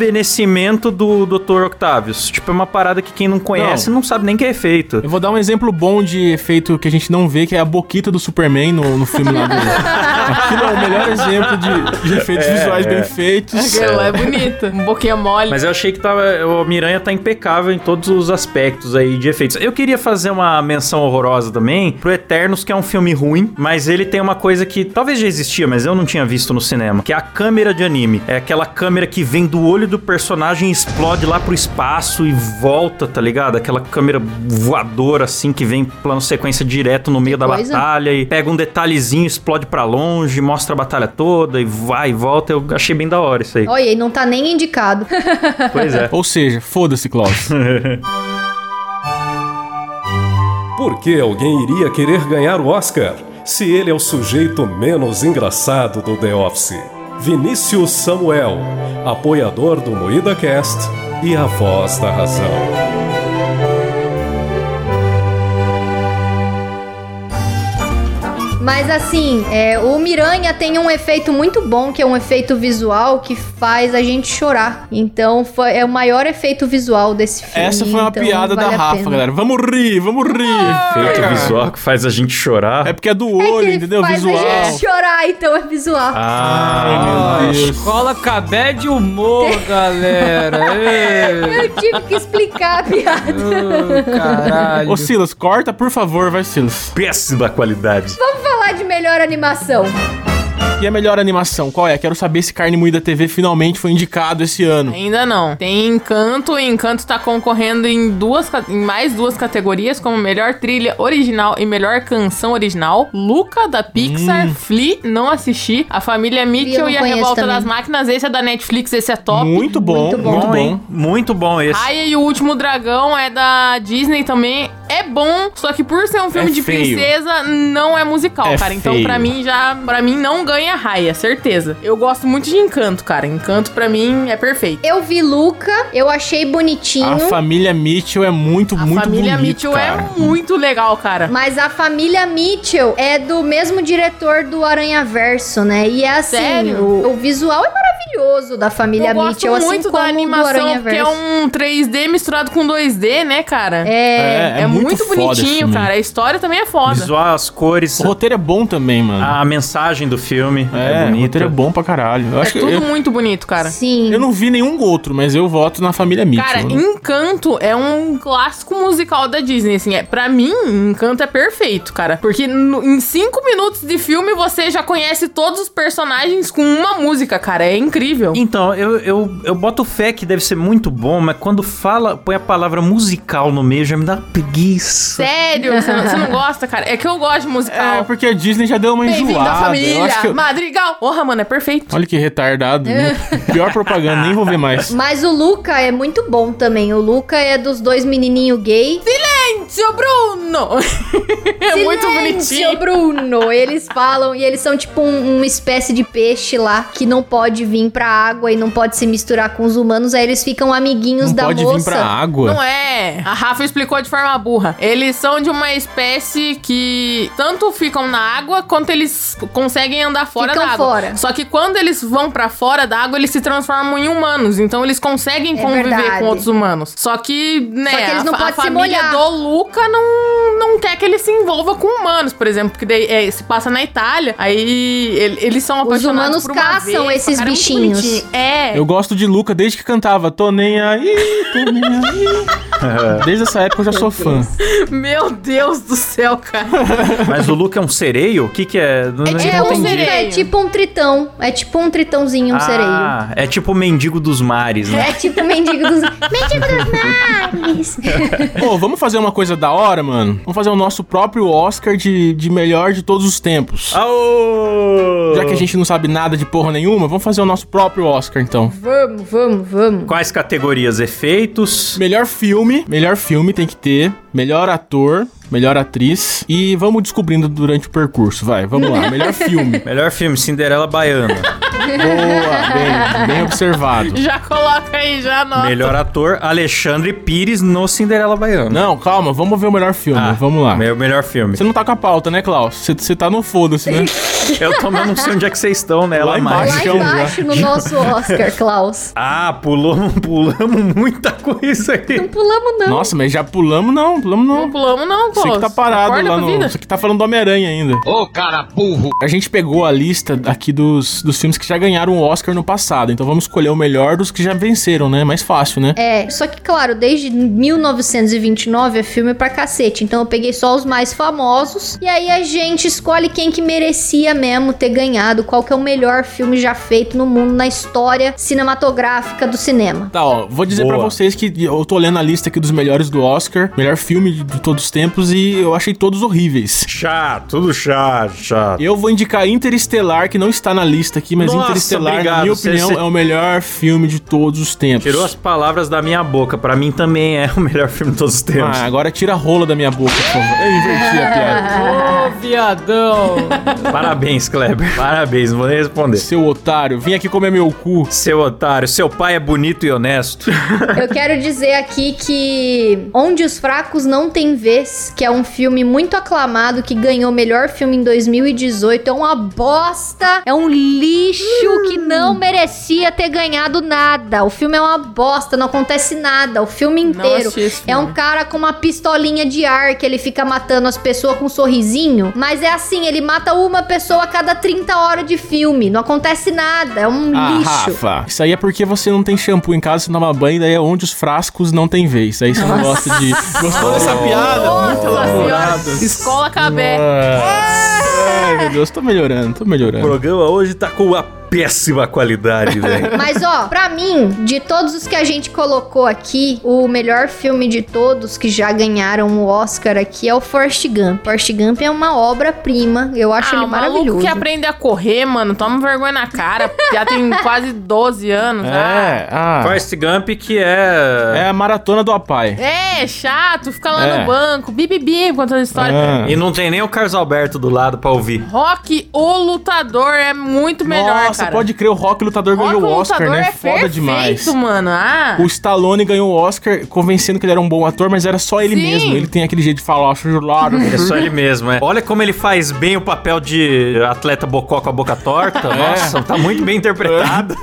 [SPEAKER 2] rejuvenescimento do Dr. Octavius. Tipo, é uma parada que quem não conhece não, sabe nem que é efeito.
[SPEAKER 3] Eu vou dar um exemplo bom de efeito que a gente não vê, que é a boquita do Superman no, no filme lá do. Aquilo é o melhor exemplo de, de efeitos visuais bem feitos.
[SPEAKER 5] Aquela é bonita. Um boquinha mole.
[SPEAKER 2] Mas eu achei que tava, o Miranha tá impecável em todos os aspectos aí de efeitos. Eu queria fazer uma menção horrorosa também pro Eternos, que é um filme ruim, mas ele tem uma coisa que talvez já existia, mas eu não tinha visto no cinema, que é a câmera de anime. É aquela câmera que vem do olho do personagem e explode lá pro espaço e volta, tá ligado? Aquela câmera voadora assim que vem em plano sequência direto no meio da
[SPEAKER 4] coisa.
[SPEAKER 2] batalha e pega um detalhezinho, explode pra longe, mostra a batalha toda e vai e volta. Eu achei bem da hora
[SPEAKER 4] [laughs]
[SPEAKER 2] isso aí.
[SPEAKER 4] Olha, e não tá nem indicado.
[SPEAKER 2] Pois é.
[SPEAKER 3] Ou seja, foda-se,
[SPEAKER 4] [laughs]
[SPEAKER 3] Klaus.
[SPEAKER 1] Por que alguém iria querer ganhar o Oscar se ele é o sujeito menos engraçado do The Office? Vinícius Samuel, apoiador do Moída Cast e a voz da razão.
[SPEAKER 4] Mas assim, é, o Miranha tem um efeito muito bom, que é um efeito visual que faz a gente chorar. Então foi, é o maior efeito visual desse filme.
[SPEAKER 3] Essa foi uma
[SPEAKER 4] então
[SPEAKER 3] piada
[SPEAKER 4] vale
[SPEAKER 3] da
[SPEAKER 4] a
[SPEAKER 3] Rafa,
[SPEAKER 4] pena. Ah!
[SPEAKER 3] galera. Vamos rir, vamos rir.
[SPEAKER 2] Efeito visual que faz a gente chorar.
[SPEAKER 3] É porque é do
[SPEAKER 4] É que
[SPEAKER 3] olho,
[SPEAKER 4] ele
[SPEAKER 3] entendeu?
[SPEAKER 4] faz
[SPEAKER 3] Visual.
[SPEAKER 4] a gente chorar, então é visual.
[SPEAKER 2] Ah,
[SPEAKER 3] Ai, meu Deus.
[SPEAKER 6] Escola Cabé de humor, galera. Ei,
[SPEAKER 4] Eu tive que explicar a piada.
[SPEAKER 3] [laughs]
[SPEAKER 6] ô, caralho.
[SPEAKER 3] Ô, Silas, corta, por favor, vai, Silas.
[SPEAKER 2] péssima qualidade.
[SPEAKER 4] Vamos falar de melhor animação.
[SPEAKER 3] E a melhor animação, qual é? Quero saber se Carne Moída TV finalmente foi indicado esse ano.
[SPEAKER 5] Ainda não. Tem Encanto, e Encanto tá concorrendo em duas ca- em mais duas categorias, como melhor trilha original e melhor canção original. Luca da Pixar,
[SPEAKER 2] Hum.
[SPEAKER 5] Flea, não assisti. A família Mitchell
[SPEAKER 4] não
[SPEAKER 5] e a
[SPEAKER 4] conheço
[SPEAKER 5] Revolta
[SPEAKER 4] também.
[SPEAKER 5] das Máquinas, esse é da Netflix, esse é top.
[SPEAKER 3] Muito bom, muito
[SPEAKER 4] Muito
[SPEAKER 3] bom.
[SPEAKER 4] bom.
[SPEAKER 2] hein? Hum, Muito bom esse.
[SPEAKER 5] Raya e o Último Dragão é da Disney também. É bom, só que por ser um filme
[SPEAKER 2] É
[SPEAKER 5] de
[SPEAKER 2] feio.
[SPEAKER 5] princesa, não é musical,
[SPEAKER 3] É
[SPEAKER 5] cara. Então,
[SPEAKER 3] feio.
[SPEAKER 5] pra mim, já. para mim, não ganha Raya, certeza. Eu gosto muito de Encanto, cara. Encanto, pra mim, é perfeito.
[SPEAKER 4] Eu vi Luca, eu achei bonitinho.
[SPEAKER 3] A família Mitchell é muito,
[SPEAKER 5] A
[SPEAKER 3] muito
[SPEAKER 5] família
[SPEAKER 3] bonito,
[SPEAKER 5] Mitchell
[SPEAKER 3] cara.
[SPEAKER 5] é muito legal, cara.
[SPEAKER 4] Mas a família Mitchell é do mesmo diretor do Aranha Verso, né? E é assim,
[SPEAKER 5] Sério?
[SPEAKER 4] o, o visual é maravilhoso da família
[SPEAKER 5] Eu gosto
[SPEAKER 4] Mitchell, assim
[SPEAKER 5] muito
[SPEAKER 4] como
[SPEAKER 5] da
[SPEAKER 4] o do
[SPEAKER 5] animação,
[SPEAKER 4] Aranha
[SPEAKER 5] porque é
[SPEAKER 4] Verso.
[SPEAKER 5] um 3D misturado com 2D, né, cara?
[SPEAKER 4] É,
[SPEAKER 5] É muito,
[SPEAKER 3] foda esse
[SPEAKER 5] bonitinho,
[SPEAKER 3] filme.
[SPEAKER 5] cara. A história também é foda.
[SPEAKER 2] Visual, as cores,
[SPEAKER 3] O roteiro é bom também, mano.
[SPEAKER 5] Ah,
[SPEAKER 2] a mensagem do filme é,
[SPEAKER 3] é, o
[SPEAKER 2] bonita.
[SPEAKER 3] roteiro é bom pra caralho. Eu
[SPEAKER 5] É
[SPEAKER 3] acho que
[SPEAKER 5] tudo
[SPEAKER 3] eu,
[SPEAKER 5] muito bonito, cara.
[SPEAKER 4] sim.
[SPEAKER 3] eu não vi nenhum outro, mas eu voto na família Mitchell.
[SPEAKER 5] Cara, Encanto é um clássico musical da Disney, assim. É, pra mim, Encanto é perfeito, cara. Porque no- em cinco minutos de filme, você já conhece todos os personagens com uma música, cara. É incrível.
[SPEAKER 2] Então, eu, eu, eu boto fé que deve ser muito bom, mas quando fala, põe a palavra musical no meio, já me dá uma preguiça.
[SPEAKER 5] [laughs] Sério? Você não, você não gosta, cara? É que eu gosto de
[SPEAKER 3] É,
[SPEAKER 5] musical.
[SPEAKER 3] porque a Disney já deu uma
[SPEAKER 5] Bem-vindo
[SPEAKER 3] enjoada.
[SPEAKER 5] à
[SPEAKER 3] Eu
[SPEAKER 5] família.
[SPEAKER 3] acho que eu-
[SPEAKER 5] Madrigal. Porra, mano, é perfeito.
[SPEAKER 3] Olha que retardado.
[SPEAKER 5] [laughs]
[SPEAKER 3] né? Pior propaganda, nem vou ver mais.
[SPEAKER 4] Mas o Luca é muito bom também. O Luca é dos dois menininho gay.
[SPEAKER 5] Seu Bruno! [laughs] é muito
[SPEAKER 4] Silêncio,
[SPEAKER 5] bonitinho.
[SPEAKER 4] Bruno. Eles falam e eles são tipo um- uma espécie de peixe lá que não pode vir pra água e não pode se misturar com os humanos. Aí eles ficam amiguinhos
[SPEAKER 3] Não
[SPEAKER 4] da
[SPEAKER 3] pode vir
[SPEAKER 4] moça.
[SPEAKER 3] pra água.
[SPEAKER 5] Não é. A Rafa explicou de forma burra. Eles são de uma espécie que tanto ficam na água quanto eles conseguem andar fora
[SPEAKER 4] Ficam
[SPEAKER 5] da água.
[SPEAKER 4] fora.
[SPEAKER 5] Só que quando eles vão pra fora da água, eles se transformam em humanos. Então eles conseguem
[SPEAKER 4] É
[SPEAKER 5] conviver
[SPEAKER 4] verdade.
[SPEAKER 5] com outros humanos. Só que, né,
[SPEAKER 4] Só que eles não
[SPEAKER 5] a, fa- a
[SPEAKER 4] podem se
[SPEAKER 5] família
[SPEAKER 4] molhar.
[SPEAKER 5] do Luca não, não quer que ele se envolva com humanos, por exemplo. Porque daí é, se passa na Itália, aí ele- eles são
[SPEAKER 4] humanos
[SPEAKER 5] apaixonados por uma
[SPEAKER 4] caçam
[SPEAKER 5] vespa.
[SPEAKER 4] esses
[SPEAKER 5] Cara, é muito
[SPEAKER 4] bichinhos.
[SPEAKER 5] bonitinho. É.
[SPEAKER 3] Eu gosto de Luca desde que cantava Tô nem aí, tô nem aí. Desde essa época eu já sou fã.
[SPEAKER 5] Meu Deus do céu, cara.
[SPEAKER 2] Mas o Luke é um sereio? O que que é? Não- não
[SPEAKER 4] É,
[SPEAKER 5] tipo um
[SPEAKER 4] um,
[SPEAKER 5] sereio.
[SPEAKER 4] é tipo um tritão. É tipo um tritãozinho, um sereio.
[SPEAKER 2] Ah, é tipo o mendigo dos mares, né?
[SPEAKER 4] É tipo o mendigo dos. mendigo dos mares!
[SPEAKER 3] Pô, vamos fazer uma coisa da hora, mano? Vamos fazer o nosso próprio Oscar de, de melhor de todos os tempos.
[SPEAKER 2] Ah. Aô!
[SPEAKER 3] Já que a gente não sabe nada de porra nenhuma, vamos fazer o nosso próprio Oscar, então.
[SPEAKER 4] vamos, vamos, vamos.
[SPEAKER 2] Quais categorias? Efeitos?
[SPEAKER 3] Melhor filme. Melhor filme tem que ter. Melhor ator. Melhor atriz. E vamos descobrindo durante o percurso. Vai, vamos lá.
[SPEAKER 2] [laughs]
[SPEAKER 3] Melhor filme.
[SPEAKER 2] Melhor filme, Cinderela Baiana.
[SPEAKER 3] Boa, bem, bem observado.
[SPEAKER 5] Já coloca aí, já anota.
[SPEAKER 2] Melhor ator, Alexandre Pires no Cinderela Baiana.
[SPEAKER 3] Não, calma, vamos ver o melhor filme. vamos lá.
[SPEAKER 2] Meu melhor filme.
[SPEAKER 3] Você não tá com a pauta, né, Klaus? Você- Você tá no foda-se, né?
[SPEAKER 2] Eu também não sei onde é que vocês estão nela
[SPEAKER 3] Lá
[SPEAKER 2] mais.
[SPEAKER 4] Lá
[SPEAKER 3] Chão já.
[SPEAKER 4] embaixo no nosso Oscar, Klaus.
[SPEAKER 2] Ah, pulamos, [laughs] pulamos muita coisa aí.
[SPEAKER 4] Não [laughs] pulamos, não.
[SPEAKER 3] Nossa, mas já pulamos não, pulamos
[SPEAKER 5] Não
[SPEAKER 3] não.
[SPEAKER 5] pulamos, não, pô.
[SPEAKER 3] Você que tá parado
[SPEAKER 5] Acorda
[SPEAKER 3] lá
[SPEAKER 5] pra
[SPEAKER 3] no.
[SPEAKER 5] vida.
[SPEAKER 3] Você que tá falando do Homem-Aranha ainda.
[SPEAKER 7] Ô cara burro!
[SPEAKER 3] A gente pegou a lista aqui dos, dos filmes que já ganharam o Oscar no passado. Então vamos escolher o melhor dos que já venceram, né? Mais fácil, né?
[SPEAKER 4] É, só que claro, desde 1929 é filme pra cacete, então eu peguei só os mais famosos e aí a gente escolhe quem que merecia mesmo ter ganhado, qual que é o melhor filme já feito no mundo na história cinematográfica do cinema.
[SPEAKER 3] Tá, ó, vou dizer
[SPEAKER 2] Boa.
[SPEAKER 3] pra vocês que eu tô lendo a lista aqui dos melhores do Oscar, melhor filme de, de todos os tempos, e eu achei todos horríveis.
[SPEAKER 2] Chato, tudo chato, chato.
[SPEAKER 3] Eu vou indicar Interestelar, que não está na lista aqui, mas
[SPEAKER 2] Nossa,
[SPEAKER 3] Interestelar, na
[SPEAKER 2] obrigado.
[SPEAKER 3] minha
[SPEAKER 2] Cê-
[SPEAKER 3] opinião,
[SPEAKER 2] cê-
[SPEAKER 3] é o melhor filme de todos os tempos.
[SPEAKER 2] Tirou as palavras da minha boca. Pra mim também é o melhor filme de todos os tempos.
[SPEAKER 3] Ah, agora tira a rola da minha boca, por favor. Eu inverti a piada.
[SPEAKER 6] Ô, viadão!
[SPEAKER 3] Ah.
[SPEAKER 2] Parabéns, Kleber. Parabéns, não vou nem responder.
[SPEAKER 3] Seu otário, vim aqui comer meu cu.
[SPEAKER 2] Seu otário, seu pai é bonito e honesto.
[SPEAKER 4] Eu quero dizer aqui que Onde os Fracos Não Têm Vez, que é um filme muito aclamado que ganhou o melhor filme em 2018, é uma bosta, é um lixo que não merecia ter ganhado nada. O filme é uma bosta, não acontece nada, o filme inteiro.
[SPEAKER 5] assisti esse
[SPEAKER 4] É
[SPEAKER 5] filme.
[SPEAKER 4] um cara com uma pistolinha de ar que ele fica matando as pessoas com um sorrisinho, mas é assim, ele mata uma pessoa a cada 30 horas de filme, não acontece nada, é um
[SPEAKER 3] Ah,
[SPEAKER 4] lixo.
[SPEAKER 3] Rafa, isso aí é porque você não tem shampoo em casa, você toma banho, daí é onde os frascos não tem vez. Aí você não gosta de. Gostou dessa piada? Muito
[SPEAKER 5] Nossa senhora.
[SPEAKER 3] elaborada.
[SPEAKER 5] Escola é Cabé.
[SPEAKER 3] Ai, meu Deus, tô melhorando, tô
[SPEAKER 2] O
[SPEAKER 3] melhorando.
[SPEAKER 2] programa hoje tá com uma péssima qualidade, velho.
[SPEAKER 4] Mas ó, pra mim, de todos os que a gente colocou aqui, o melhor filme de todos que já ganharam o Oscar aqui é o Forrest Gump. Forrest Gump é uma obra-prima, eu acho
[SPEAKER 5] Ah,
[SPEAKER 4] ele
[SPEAKER 5] o maluco
[SPEAKER 4] maravilhoso.
[SPEAKER 5] que aprende a correr, mano, toma vergonha na cara.
[SPEAKER 3] [laughs]
[SPEAKER 5] Já tem quase 12 anos. ah.
[SPEAKER 3] É, ah,
[SPEAKER 2] Forrest Gump que é...
[SPEAKER 3] é a maratona do Apai.
[SPEAKER 5] É, chato, fica lá
[SPEAKER 3] É.
[SPEAKER 5] no banco, bibibi, contando história.
[SPEAKER 3] Ah.
[SPEAKER 2] E não tem nem o Carlos Alberto do lado pra ouvir.
[SPEAKER 5] Rock, o lutador, é muito melhor,
[SPEAKER 3] Nossa,
[SPEAKER 5] cara.
[SPEAKER 3] pode crer, o Rock Lutador
[SPEAKER 5] Rock,
[SPEAKER 3] ganhou o
[SPEAKER 5] o
[SPEAKER 3] Oscar,
[SPEAKER 5] lutador
[SPEAKER 3] né?
[SPEAKER 5] é
[SPEAKER 3] Foda
[SPEAKER 5] perfeito,
[SPEAKER 3] demais.
[SPEAKER 5] mano. Ah,
[SPEAKER 3] O Stallone ganhou o Oscar convencendo que ele era um bom ator, mas era só ele
[SPEAKER 5] Sim. Uhum.
[SPEAKER 3] mesmo. Ele tem aquele jeito de falar, ó, churulado.
[SPEAKER 2] É só ele mesmo, é. Olha como ele faz bem o papel de atleta bocó com a boca torta. Nossa, tá muito bem interpretado.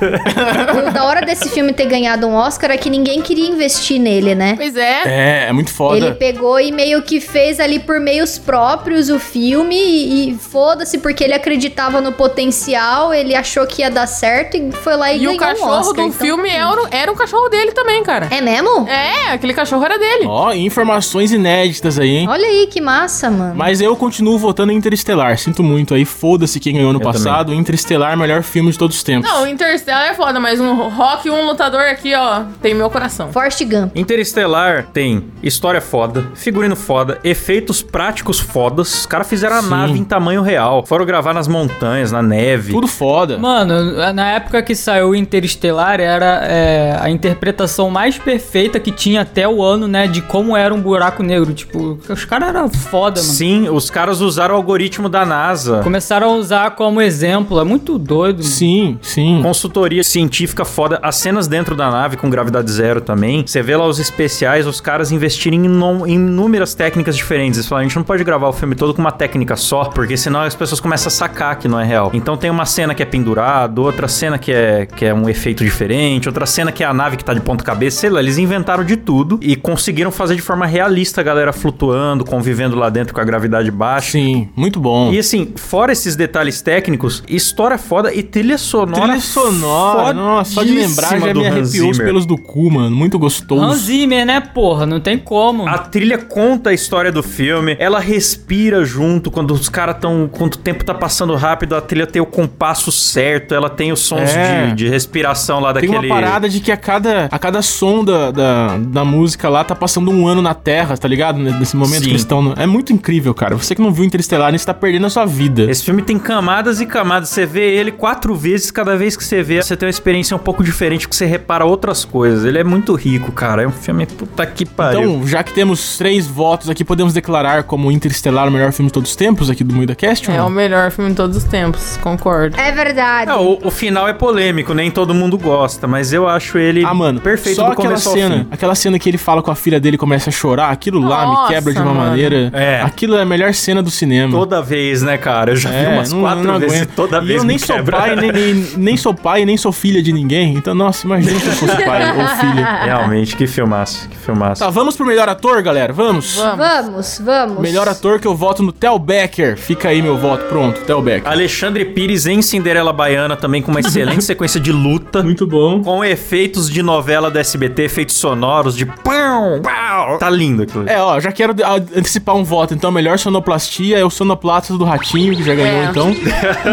[SPEAKER 4] O da hora desse filme ter ganhado um Oscar é que ninguém queria investir nele, né?
[SPEAKER 5] pois é.
[SPEAKER 3] É, é muito foda.
[SPEAKER 4] Ele pegou e meio que fez ali por meios próprios o filme e, e foda-se porque ele acreditava no potencial, ele achou achou que ia dar certo e foi lá e,
[SPEAKER 5] E
[SPEAKER 4] ganhou
[SPEAKER 5] o cachorro
[SPEAKER 4] um Oscar,
[SPEAKER 5] do
[SPEAKER 4] então-
[SPEAKER 5] filme era, era um cachorro dele também, cara.
[SPEAKER 4] É mesmo?
[SPEAKER 5] É, aquele cachorro era dele.
[SPEAKER 3] Ó, informações inéditas aí, hein?
[SPEAKER 4] Olha aí que massa, mano.
[SPEAKER 3] Mas eu continuo votando em Interestelar. Sinto muito aí. Foda-se quem ganhou ano
[SPEAKER 2] Eu
[SPEAKER 3] passado. Interestelar, melhor filme de todos os tempos.
[SPEAKER 5] Não, Interstellar é foda, mas um rock e um lutador aqui, ó, tem meu coração.
[SPEAKER 4] Forrest Gump.
[SPEAKER 2] [laughs] Interestelar tem história foda, figurino foda, efeitos práticos fodas. Os caras fizeram
[SPEAKER 3] Sim.
[SPEAKER 2] a nave em tamanho real. Foram gravar nas montanhas, na neve.
[SPEAKER 3] Tudo foda.
[SPEAKER 6] Mano, na época que saiu Interestelar, era é, a interpretação mais perfeita que tinha até o ano, né? De como era um buraco negro. Tipo, os caras eram foda, mano.
[SPEAKER 2] Sim, os caras usaram o algoritmo da NASA.
[SPEAKER 6] Começaram a usar como exemplo. É muito doido, mano.
[SPEAKER 3] Sim, sim.
[SPEAKER 2] Consultoria científica foda, as cenas dentro da nave com gravidade zero também. Você vê lá os especiais, os caras investirem em inum- em inúmeras técnicas diferentes. Eles falaram, a gente não pode gravar o filme todo com uma técnica só, porque senão as pessoas começam a sacar que não é real. Então tem uma cena que é pendurado, outra cena que é, que é um efeito diferente, outra cena que é a nave que tá de ponta cabeça, sei lá, eles inventaram de tudo e conseguiram fazer de forma realista a galera flutuando, convivendo lá dentro com a gravidade baixa.
[SPEAKER 3] Sim, muito bom.
[SPEAKER 2] E assim, fora esses detalhes técnicos, história foda e trilha sonora.
[SPEAKER 3] Trilha sonora, nossa, só de lembrar já
[SPEAKER 2] fodíssima
[SPEAKER 3] me
[SPEAKER 2] do Hans
[SPEAKER 3] arrepiou os
[SPEAKER 2] Zimmer.
[SPEAKER 3] pelos do cu, mano. Muito gostoso.
[SPEAKER 6] Hans Zimmer, né, porra? Não tem como.
[SPEAKER 2] A trilha conta a história do filme, ela respira junto quando os caras estão. Quando o tempo tá passando rápido, a trilha tem o compasso certo, ela tem os sons
[SPEAKER 3] É.
[SPEAKER 2] de, de respiração lá
[SPEAKER 3] Tem
[SPEAKER 2] daquele.
[SPEAKER 3] uma parada de que a cada, a cada som da, da, da música lá tá passando um ano na Terra, tá ligado? Nesse momento
[SPEAKER 2] Sim.
[SPEAKER 3] que eles estão. no- É muito incrível, cara. Você que não viu Interestelar, você tá perdendo a sua vida.
[SPEAKER 2] Esse filme tem camadas e camadas. Você vê ele quatro vezes, cada vez que você vê, você tem uma experiência um pouco diferente, que você repara outras coisas. Ele é muito rico, cara. É um filme puta que pariu.
[SPEAKER 3] Então, já que temos três votos aqui, podemos declarar como Interestelar o melhor filme de todos os tempos aqui do Muida Cast? ou
[SPEAKER 5] É
[SPEAKER 3] não?
[SPEAKER 5] o melhor filme de todos os tempos, concordo.
[SPEAKER 4] É verdade.
[SPEAKER 2] É, o, o final é polêmico, nem todo mundo gosta, mas eu acho ele
[SPEAKER 3] Ah, mano,
[SPEAKER 2] perfeito
[SPEAKER 3] só
[SPEAKER 2] do
[SPEAKER 3] aquela
[SPEAKER 2] começo ao
[SPEAKER 3] cena,
[SPEAKER 2] fim.
[SPEAKER 3] aquela cena que ele fala com a filha dele e começa a chorar, aquilo lá me
[SPEAKER 5] Nossa,
[SPEAKER 3] quebra de uma
[SPEAKER 5] mano.
[SPEAKER 3] maneira.
[SPEAKER 2] É.
[SPEAKER 3] Aquilo é a melhor cena do cinema.
[SPEAKER 2] Toda vez, né, cara? Eu já vi
[SPEAKER 3] É,
[SPEAKER 2] umas
[SPEAKER 3] não-
[SPEAKER 2] quatro
[SPEAKER 3] não
[SPEAKER 2] vezes
[SPEAKER 3] aguento.
[SPEAKER 2] toda
[SPEAKER 3] E
[SPEAKER 2] vez
[SPEAKER 3] eu nem
[SPEAKER 2] me
[SPEAKER 3] sou
[SPEAKER 2] quebra.
[SPEAKER 3] pai, nem, nem- nem sou pai, nem sou filha de ninguém. Então, nossa, imagina se eu fosse pai ou filha.
[SPEAKER 2] [laughs] Realmente, que filmaço, que filmaço.
[SPEAKER 3] Tá, vamos pro melhor ator, galera? Vamos?
[SPEAKER 5] Vamos.
[SPEAKER 4] Vamos, vamos.
[SPEAKER 3] Melhor
[SPEAKER 4] [laughs]
[SPEAKER 3] ator que eu voto no Tel Becker. Fica aí meu voto. Pronto, Tel Becker.
[SPEAKER 2] Alexandre Pires em Cinderela Baiana também com uma
[SPEAKER 3] [laughs]
[SPEAKER 2] excelente sequência de luta.
[SPEAKER 3] Muito bom.
[SPEAKER 2] Com efeitos de novela da SBT, efeitos sonoros de pão, pau. Tá lindo aquilo.
[SPEAKER 3] É, ó, já quero a- antecipar um voto. Então, melhor sonoplastia é o sonoplatas do Ratinho, que já ganhou,
[SPEAKER 5] É.
[SPEAKER 2] [laughs]
[SPEAKER 3] então.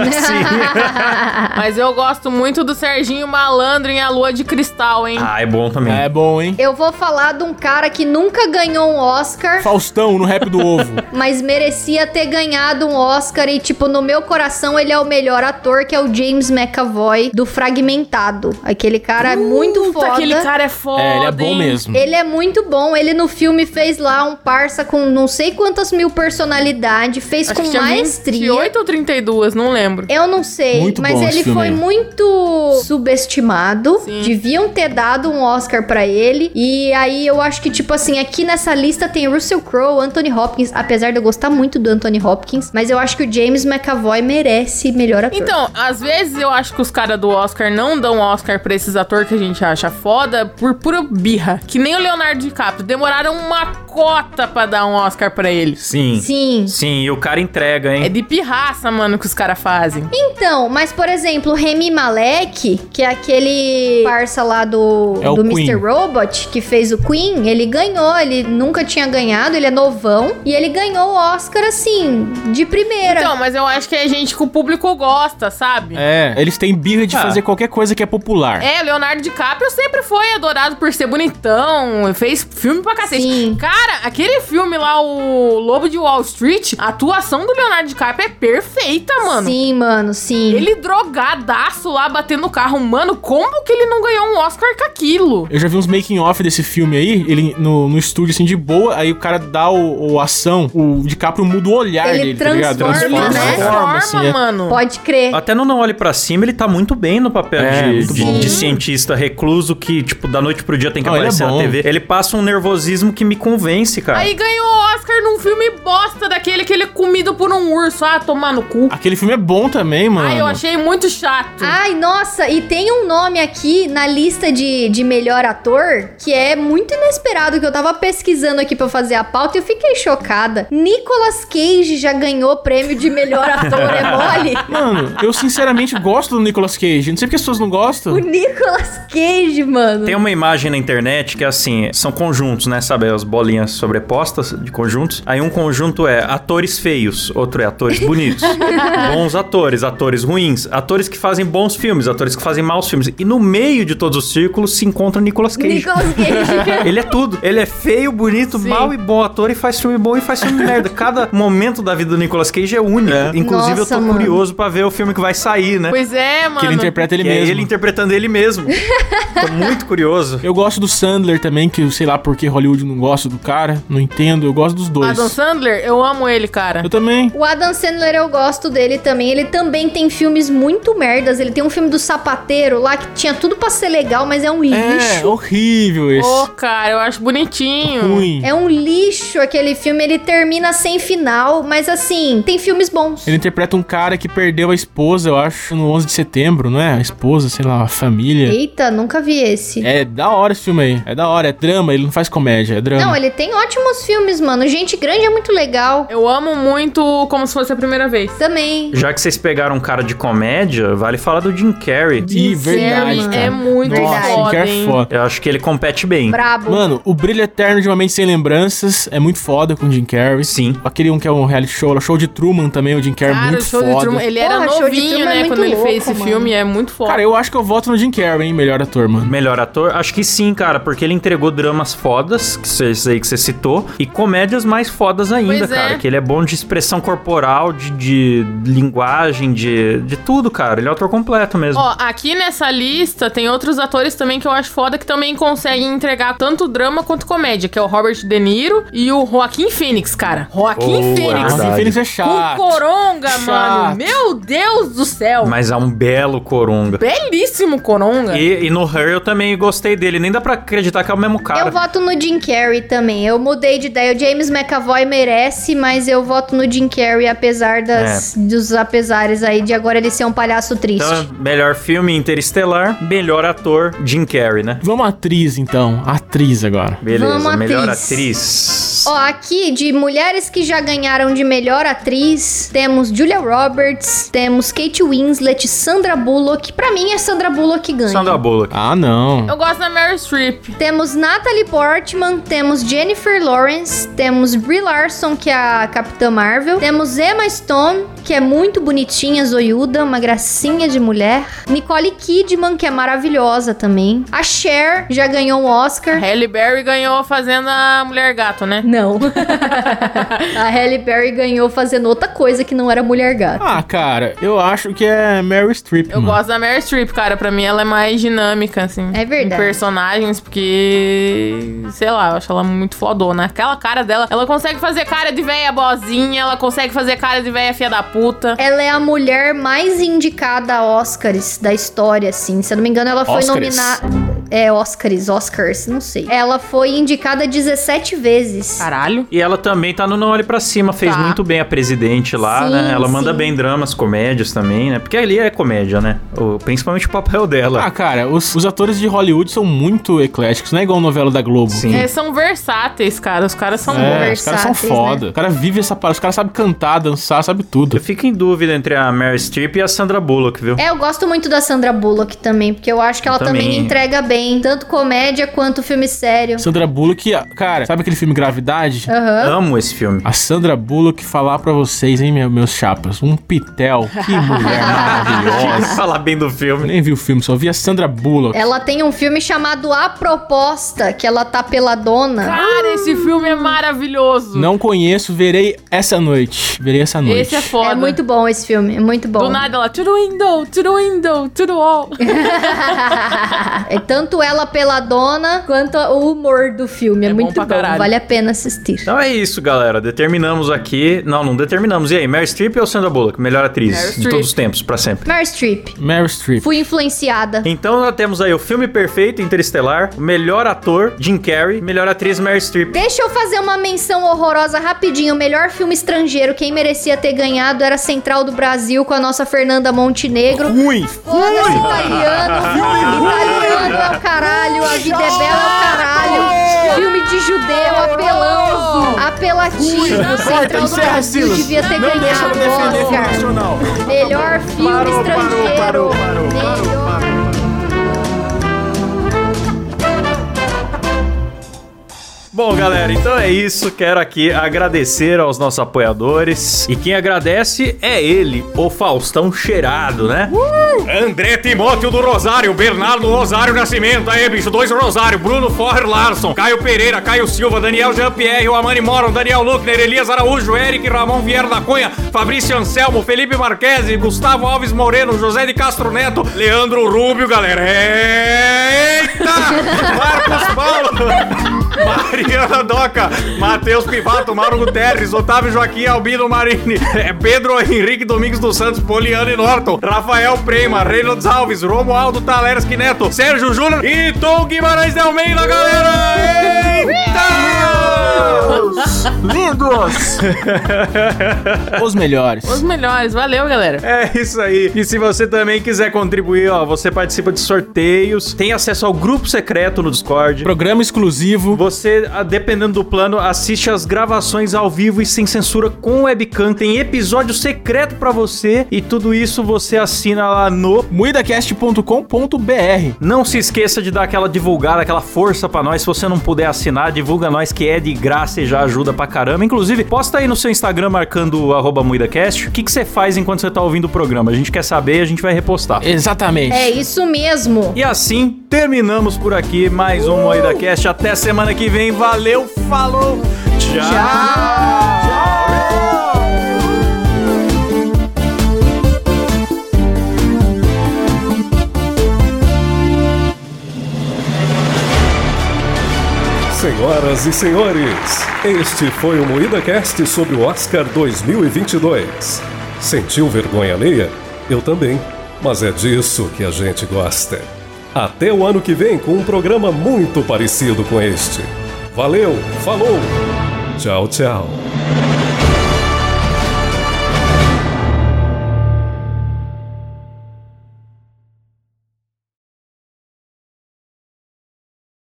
[SPEAKER 5] assim.
[SPEAKER 4] Ah,
[SPEAKER 5] Mas eu gosto muito do Serginho Malandro em A Lua de Cristal, hein?
[SPEAKER 2] Ah, é bom também.
[SPEAKER 3] É bom, hein?
[SPEAKER 4] Eu vou falar de um cara que nunca ganhou um Oscar,
[SPEAKER 3] Faustão no rap do ovo.
[SPEAKER 4] mas merecia ter ganhado um Oscar e, tipo, no meu coração ele é o melhor ator, que é o James McAvoy, do Fragmentado. Aquele cara é muito
[SPEAKER 5] Puta,
[SPEAKER 4] foda.
[SPEAKER 5] aquele cara é foda.
[SPEAKER 3] É, ele é bom
[SPEAKER 5] hein?
[SPEAKER 3] mesmo.
[SPEAKER 4] Ele é muito bom. Ele no filme fez lá um parça com não sei quantas mil personalidades, fez
[SPEAKER 5] Acho que
[SPEAKER 4] com
[SPEAKER 5] tinha
[SPEAKER 4] maestria.
[SPEAKER 5] 28 ou 32, não lembro.
[SPEAKER 4] Eu não sei,
[SPEAKER 3] Muito
[SPEAKER 4] mas
[SPEAKER 3] bom esse
[SPEAKER 4] ele
[SPEAKER 3] filme
[SPEAKER 4] foi
[SPEAKER 3] aí.
[SPEAKER 4] muito subestimado.
[SPEAKER 5] Sim.
[SPEAKER 4] Deviam ter dado um Oscar pra ele. E aí eu acho que, tipo assim, aqui nessa lista tem Russell Crowe, Anthony Hopkins, apesar de eu gostar muito do Anthony Hopkins, mas eu acho que o James McAvoy merece melhor ator.
[SPEAKER 5] Então, às vezes eu acho que os caras do Oscar não dão Oscar pra esses atores que a gente acha foda por pura birra. Que nem o Leonardo DiCaprio. Demoraram uma cota pra dar um Oscar pra eles.
[SPEAKER 2] Sim. Sim.
[SPEAKER 4] Sim.
[SPEAKER 2] e o cara entrega, hein?
[SPEAKER 5] É de pirraça, mano, que os caras fazem.
[SPEAKER 4] Então, mas por exemplo, o Remy Malek, que é aquele parça lá do,
[SPEAKER 3] É o
[SPEAKER 4] do
[SPEAKER 3] Queen.
[SPEAKER 4] Mr. Robot, que fez o Queen, ele ganhou, ele nunca tinha ganhado, ele é novão, e ele ganhou o Oscar, assim, de primeira.
[SPEAKER 5] Então, mas eu acho que é gente que o público gosta, sabe?
[SPEAKER 3] É. Eles têm birra de
[SPEAKER 2] Ah.
[SPEAKER 3] fazer qualquer coisa que é popular.
[SPEAKER 5] É, o Leonardo DiCaprio sempre foi adorado por ser bonitão, fez filme pra cacete.
[SPEAKER 4] Sim.
[SPEAKER 5] Cara, aquele filme lá, o Lobo de Wall Street, a atuação do Leonardo DiCaprio é perfeita, mano.
[SPEAKER 4] Sim, mano, sim.
[SPEAKER 5] Ele drogadaço lá, batendo o carro. Mano, como que ele não ganhou um Oscar com aquilo?
[SPEAKER 3] Eu já vi uns making off desse filme aí, ele no, no estúdio, assim, de boa, aí o cara dá o, o ação, o DiCaprio muda o olhar
[SPEAKER 4] Ele
[SPEAKER 3] dele, tá ligado?
[SPEAKER 4] transforma,
[SPEAKER 5] Ele
[SPEAKER 4] né?
[SPEAKER 5] transforma,
[SPEAKER 3] assim, é.
[SPEAKER 5] mano.
[SPEAKER 4] Pode crer.
[SPEAKER 2] Até no Não Olhe Pra Cima, ele tá muito bem no papel
[SPEAKER 3] É,
[SPEAKER 2] de,
[SPEAKER 3] muito
[SPEAKER 2] de-
[SPEAKER 4] bom.
[SPEAKER 2] de cientista recluso que, tipo, da noite pro dia tem que
[SPEAKER 3] Não, ele é
[SPEAKER 2] aparecer na
[SPEAKER 3] bom.
[SPEAKER 2] TV. Ele passa um nervosismo que me convence, cara.
[SPEAKER 5] Aí ganhou o Oscar num filme bosta daquele que ele é comido por um urso. Ah, tomar no cu.
[SPEAKER 3] Aquele filme é bom também, mano.
[SPEAKER 5] Ah, eu achei muito chato.
[SPEAKER 4] Ai, nossa, e tem um nome aqui na lista de, de melhor ator que é muito inesperado, que eu tava pesquisando aqui pra fazer a pauta e eu fiquei chocada. Nicolas Cage já ganhou o prêmio de melhor ator, é mole?
[SPEAKER 3] Mano, eu particularmente gosto do Nicolas Cage. Não sei porque as pessoas não gostam.
[SPEAKER 4] O Nicolas Cage, mano.
[SPEAKER 2] Tem uma imagem na internet que é assim, são conjuntos, né? Sabe, as bolinhas sobrepostas de conjuntos. Aí um conjunto é atores feios, outro é atores bonitos. bons atores, atores ruins, atores que fazem bons filmes, atores que fazem maus filmes. E no meio de todos os círculos se encontra o um Nicolas Cage.
[SPEAKER 4] Nicolas
[SPEAKER 2] [laughs]
[SPEAKER 4] Cage.
[SPEAKER 2] Ele é tudo. Ele é feio, bonito,
[SPEAKER 5] Sim.
[SPEAKER 2] mau e bom ator e faz filme bom e faz filme merda. Cada momento da vida do Nicolas Cage é único. Inclusive,
[SPEAKER 4] Nossa,
[SPEAKER 2] eu tô
[SPEAKER 4] mano.
[SPEAKER 2] curioso pra ver o filme que vai sair, né?
[SPEAKER 5] Pois é, mano.
[SPEAKER 3] Que ele interpreta ele
[SPEAKER 2] Que
[SPEAKER 3] mesmo.
[SPEAKER 2] É ele interpretando ele mesmo. tô muito curioso.
[SPEAKER 3] Eu gosto do Sandler também, que eu sei lá por que Hollywood não gosta do cara. Não entendo, eu gosto dos dois.
[SPEAKER 5] Adam Ah, Sandler, eu amo ele, cara.
[SPEAKER 3] Eu também.
[SPEAKER 4] O Adam Sandler eu gosto dele também. Ele também tem filmes muito merdas. Ele tem um filme do sapateiro lá que tinha tudo pra ser legal, mas é um
[SPEAKER 3] É,
[SPEAKER 4] lixo.
[SPEAKER 3] horrível esse.
[SPEAKER 5] Ô, cara, eu acho bonitinho.
[SPEAKER 3] Ruim.
[SPEAKER 4] É um lixo aquele filme, ele termina sem final, mas assim, tem filmes bons.
[SPEAKER 3] Ele interpreta um cara que perdeu a esposa, eu acho, no 11 de setembro, não é? A esposa, sei lá, a família.
[SPEAKER 4] Eita, nunca vi esse.
[SPEAKER 3] É da hora esse filme aí. É da hora, é drama, ele não faz comédia, é drama.
[SPEAKER 4] Não, ele tem ótimos filmes, mano. Gente Grande é muito legal.
[SPEAKER 5] Eu amo muito como se fosse a primeira vez.
[SPEAKER 4] Também.
[SPEAKER 2] Já que vocês pegaram um cara de comédia, vale falar do Jim Carrey.
[SPEAKER 3] Ih, verdade,
[SPEAKER 5] Jim
[SPEAKER 3] cara.
[SPEAKER 5] é muito
[SPEAKER 3] Nossa,
[SPEAKER 4] foda,
[SPEAKER 3] Jim Carrey
[SPEAKER 5] hein?
[SPEAKER 3] é foda.
[SPEAKER 2] Eu acho que ele compete bem.
[SPEAKER 4] Brabo.
[SPEAKER 3] Mano, o Brilho Eterno de Uma Mente Sem Lembranças é muito foda com o Jim Carrey.
[SPEAKER 2] Sim.
[SPEAKER 3] Aquele um que é um reality show, o show de Truman também, o Jim Carrey é
[SPEAKER 5] Cara,
[SPEAKER 3] muito
[SPEAKER 5] o show
[SPEAKER 3] foda.
[SPEAKER 5] de Truman, ele era
[SPEAKER 4] Porra, Show de
[SPEAKER 5] novinho,
[SPEAKER 4] Truman é
[SPEAKER 5] né,
[SPEAKER 4] muito
[SPEAKER 5] quando ele
[SPEAKER 4] louco,
[SPEAKER 5] fez esse
[SPEAKER 4] mano.
[SPEAKER 5] filme, é muito foda.
[SPEAKER 3] Cara, eu acho que eu voto no Jim Carrey, hein, melhor ator, mano.
[SPEAKER 2] Melhor ator? Acho que sim, cara, porque ele entregou dramas fodas, que cê, esse aí que você citou, e comédias mais fodas ainda,
[SPEAKER 5] Pois é.
[SPEAKER 2] cara. Que ele é bom de expressão corporal, de, de linguagem, de, de tudo, cara. Ele é um ator completo mesmo.
[SPEAKER 5] Ó, aqui nessa lista tem outros atores também que eu acho foda que também conseguem entregar tanto drama quanto comédia, que é o Robert De Niro e o Joaquim Phoenix, cara. Joaquim
[SPEAKER 2] Boa.
[SPEAKER 5] Phoenix.
[SPEAKER 2] Verdade.
[SPEAKER 3] Assim, Phoenix é
[SPEAKER 5] Com
[SPEAKER 3] chato.
[SPEAKER 5] coronga,
[SPEAKER 3] Chato.
[SPEAKER 5] mano. Meu Deus do céu.
[SPEAKER 2] Mas é um belo coronga.
[SPEAKER 5] Belíssimo coronga.
[SPEAKER 2] E, e no Her eu também gostei dele. Nem dá pra acreditar que é o mesmo cara.
[SPEAKER 4] Eu voto no Jim Carrey também. Eu mudei de ideia. O James McAvoy merece, mas eu voto no Jim Carrey, apesar das, dos apesares aí de agora ele ser um palhaço triste.
[SPEAKER 2] Então, melhor filme Interestelar, melhor ator Jim Carrey, né?
[SPEAKER 3] Vamos atriz, então. Atriz agora.
[SPEAKER 2] Beleza,
[SPEAKER 4] Vamos,
[SPEAKER 2] melhor
[SPEAKER 4] atriz.
[SPEAKER 2] atriz.
[SPEAKER 4] Ó, aqui de mulheres que já ganharam de melhor atriz, temos Julia Roberts, temos Kate Winslet, Sandra Bullock. Pra mim é Sandra Bullock que ganha.
[SPEAKER 2] Sandra Bullock.
[SPEAKER 3] Ah, não.
[SPEAKER 5] Eu gosto da Meryl Streep.
[SPEAKER 4] Temos Natalie Portman, temos Jennifer Lawrence, temos Brie Larson, que é a Capitã Marvel, temos Emma Stone, que é muito bonitinha, zoiuda, uma gracinha de mulher, Nicole Kidman, que é maravilhosa também, a Cher já ganhou um
[SPEAKER 5] A
[SPEAKER 4] Oscar.
[SPEAKER 5] Halle Berry ganhou fazendo a Mulher Gato, né?
[SPEAKER 4] Não. [laughs] a Halle Berry ganhou fazendo outra coisa que não era mulher gata.
[SPEAKER 3] Ah, cara, eu acho que é Mary Streep.
[SPEAKER 5] Eu
[SPEAKER 3] mano.
[SPEAKER 5] gosto da Meryl Streep, cara. Pra mim ela é mais dinâmica, assim.
[SPEAKER 4] É verdade.
[SPEAKER 5] Em personagens, porque. Sei lá, eu acho ela muito fodona. Aquela cara dela, ela consegue fazer cara de véia bozinha, ela consegue fazer cara de véia filha da puta.
[SPEAKER 4] Ela é a mulher mais indicada a Oscars da história, assim. Se eu não me engano, ela foi
[SPEAKER 3] Oscars.
[SPEAKER 4] nominada. É, Oscars, Oscars, não sei. Ela foi indicada 17 vezes.
[SPEAKER 5] Caralho.
[SPEAKER 2] E ela também tá no Não Olhe Pra Cima, fez
[SPEAKER 5] Tá.
[SPEAKER 2] muito bem a presidente lá,
[SPEAKER 4] Sim,
[SPEAKER 2] né? Ela manda
[SPEAKER 4] sim.
[SPEAKER 2] bem dramas, comédias também, né? Porque ali é comédia, né? O- principalmente o papel dela.
[SPEAKER 3] Ah, cara, os, os atores de Hollywood são muito ecléticos, não é igual novela da Globo.
[SPEAKER 2] Sim.
[SPEAKER 5] É, são versáteis, cara. Os caras são bons.
[SPEAKER 3] É, os caras são
[SPEAKER 5] né?
[SPEAKER 4] versáteis,
[SPEAKER 3] foda. O cara vive essa parada, os caras sabem cantar, dançar, sabe tudo.
[SPEAKER 2] Eu fico em dúvida entre a Mary Streep e a Sandra Bullock, viu?
[SPEAKER 4] É, eu gosto muito da Sandra Bullock também, porque eu acho que ela também,
[SPEAKER 2] Também.
[SPEAKER 4] entrega bem, tanto comédia quanto filme sério.
[SPEAKER 3] Sandra Bullock, ah, cara, sabe aquele filme Gravidade?
[SPEAKER 5] É.
[SPEAKER 4] Aham.
[SPEAKER 2] Amo esse filme.
[SPEAKER 3] A Sandra Bullock falar pra vocês, hein, meu- meus chapas? Um pitel.
[SPEAKER 5] [laughs]
[SPEAKER 3] Que mulher
[SPEAKER 2] Nossa, [laughs]
[SPEAKER 3] maravilhosa.
[SPEAKER 2] falar bem do
[SPEAKER 3] Eu
[SPEAKER 2] filme.
[SPEAKER 3] nem vi o filme, só vi a Sandra Bullock.
[SPEAKER 4] Ela tem um filme chamado A Proposta, que ela tá peladona.
[SPEAKER 5] Cara, esse filme é maravilhoso.
[SPEAKER 3] Não conheço, verei essa noite. Verei essa noite.
[SPEAKER 5] Esse é foda.
[SPEAKER 4] É muito bom esse filme, é muito bom.
[SPEAKER 5] Do nada ela, to the window, to the window, to
[SPEAKER 4] [laughs]
[SPEAKER 5] the wall.
[SPEAKER 4] é tanto ela peladona quanto o humor do filme. É,
[SPEAKER 5] É bom
[SPEAKER 4] muito
[SPEAKER 5] pra
[SPEAKER 4] bom,
[SPEAKER 5] caralho.
[SPEAKER 4] vale a pena assistir.
[SPEAKER 2] Então é isso, galera. Determinamos aqui. Não, não determinamos. E aí, Mary Streep ou Sandra Bullock? Melhor
[SPEAKER 5] Meryl
[SPEAKER 2] atriz de
[SPEAKER 5] Streep.
[SPEAKER 2] todos os tempos, pra sempre.
[SPEAKER 4] Meryl Streep.
[SPEAKER 3] Meryl Streep.
[SPEAKER 4] Fui influenciada.
[SPEAKER 2] Então nós temos aí o filme perfeito, Interestelar, o melhor ator, Jim Carrey, melhor atriz, Mary Streep.
[SPEAKER 4] Deixa eu fazer uma menção horrorosa rapidinho. O melhor filme estrangeiro, quem merecia ter ganhado era Central do Brasil com a nossa Fernanda Montenegro.
[SPEAKER 3] Ruim.
[SPEAKER 4] Foda-se italiano, italiano é o caralho, a vida é bela é o caralho. Filme de judeu, apelão, apelativo. Central do
[SPEAKER 3] encerra,
[SPEAKER 4] Brasil
[SPEAKER 3] Silas.
[SPEAKER 4] devia ter
[SPEAKER 3] Não deixa eu
[SPEAKER 4] ganhado
[SPEAKER 3] defender
[SPEAKER 4] o
[SPEAKER 3] filme
[SPEAKER 4] Oscar.
[SPEAKER 3] nacional.
[SPEAKER 4] Melhor filme
[SPEAKER 3] Parou, parou,
[SPEAKER 4] estrangeiro.
[SPEAKER 3] parou, parou, parou,
[SPEAKER 4] Melhor.
[SPEAKER 2] Bom, galera, então é isso. Quero aqui agradecer aos nossos apoiadores. E quem agradece é ele, o Faustão Cheirado, né? André Timóteo do Rosário, Bernardo Rosário Nascimento, aí, bicho, dois Rosário, Bruno Forrer Larson, Caio Pereira, Caio Silva, Daniel Jean-Pierre, o Amani Moron, Daniel Luckner, Elias Araújo, Eric Ramon Vieira da Cunha, Fabrício Anselmo, Felipe Marquesi, Gustavo Alves Moreno, José de Castro Neto, Leandro Rubio, galera. Eita! Marcos Paulo! Mariana Doca, Matheus Pivato, Mauro Guterres, Otávio Joaquim Albino Marini, eh, Pedro Henrique Domingos dos Santos, Poliano e Norton, Rafael Prema, Reynolds Alves, Romualdo Talersky Neto, Sérgio Júnior e Tom Guimarães de Almeida, galera! Eita!
[SPEAKER 3] Os melhores.
[SPEAKER 5] Os melhores. Valeu, galera.
[SPEAKER 2] É isso aí. E se você também quiser contribuir, ó, você participa de sorteios, tem acesso ao grupo secreto no Discord,
[SPEAKER 3] Programa exclusivo.
[SPEAKER 2] Você, a- dependendo do plano, assiste as gravações ao vivo e sem censura com webcam. Tem episódio secreto pra você e tudo isso você assina lá no.
[SPEAKER 3] muidacast.com.br
[SPEAKER 2] Não se esqueça de dar aquela divulgada, aquela força pra nós. Se você não puder assinar, divulga nós que é de graça e já ajuda pra caramba. Inclusive, posta aí no seu Instagram marcando o arroba MuidaCast. O que, que você faz enquanto você tá ouvindo o programa? A gente quer saber e a gente vai repostar.
[SPEAKER 3] Exatamente.
[SPEAKER 4] É isso mesmo.
[SPEAKER 2] E assim terminamos por aqui mais um Moeda Cast. Até semana que vem. Valeu, falou, tchau.
[SPEAKER 1] Senhoras e senhores, este foi o Moída Cast sobre o Oscar 2022. Sentiu vergonha alheia? Eu também, mas é disso que a gente gosta. Até o ano que vem com um programa muito parecido com este. Valeu, falou, tchau, tchau.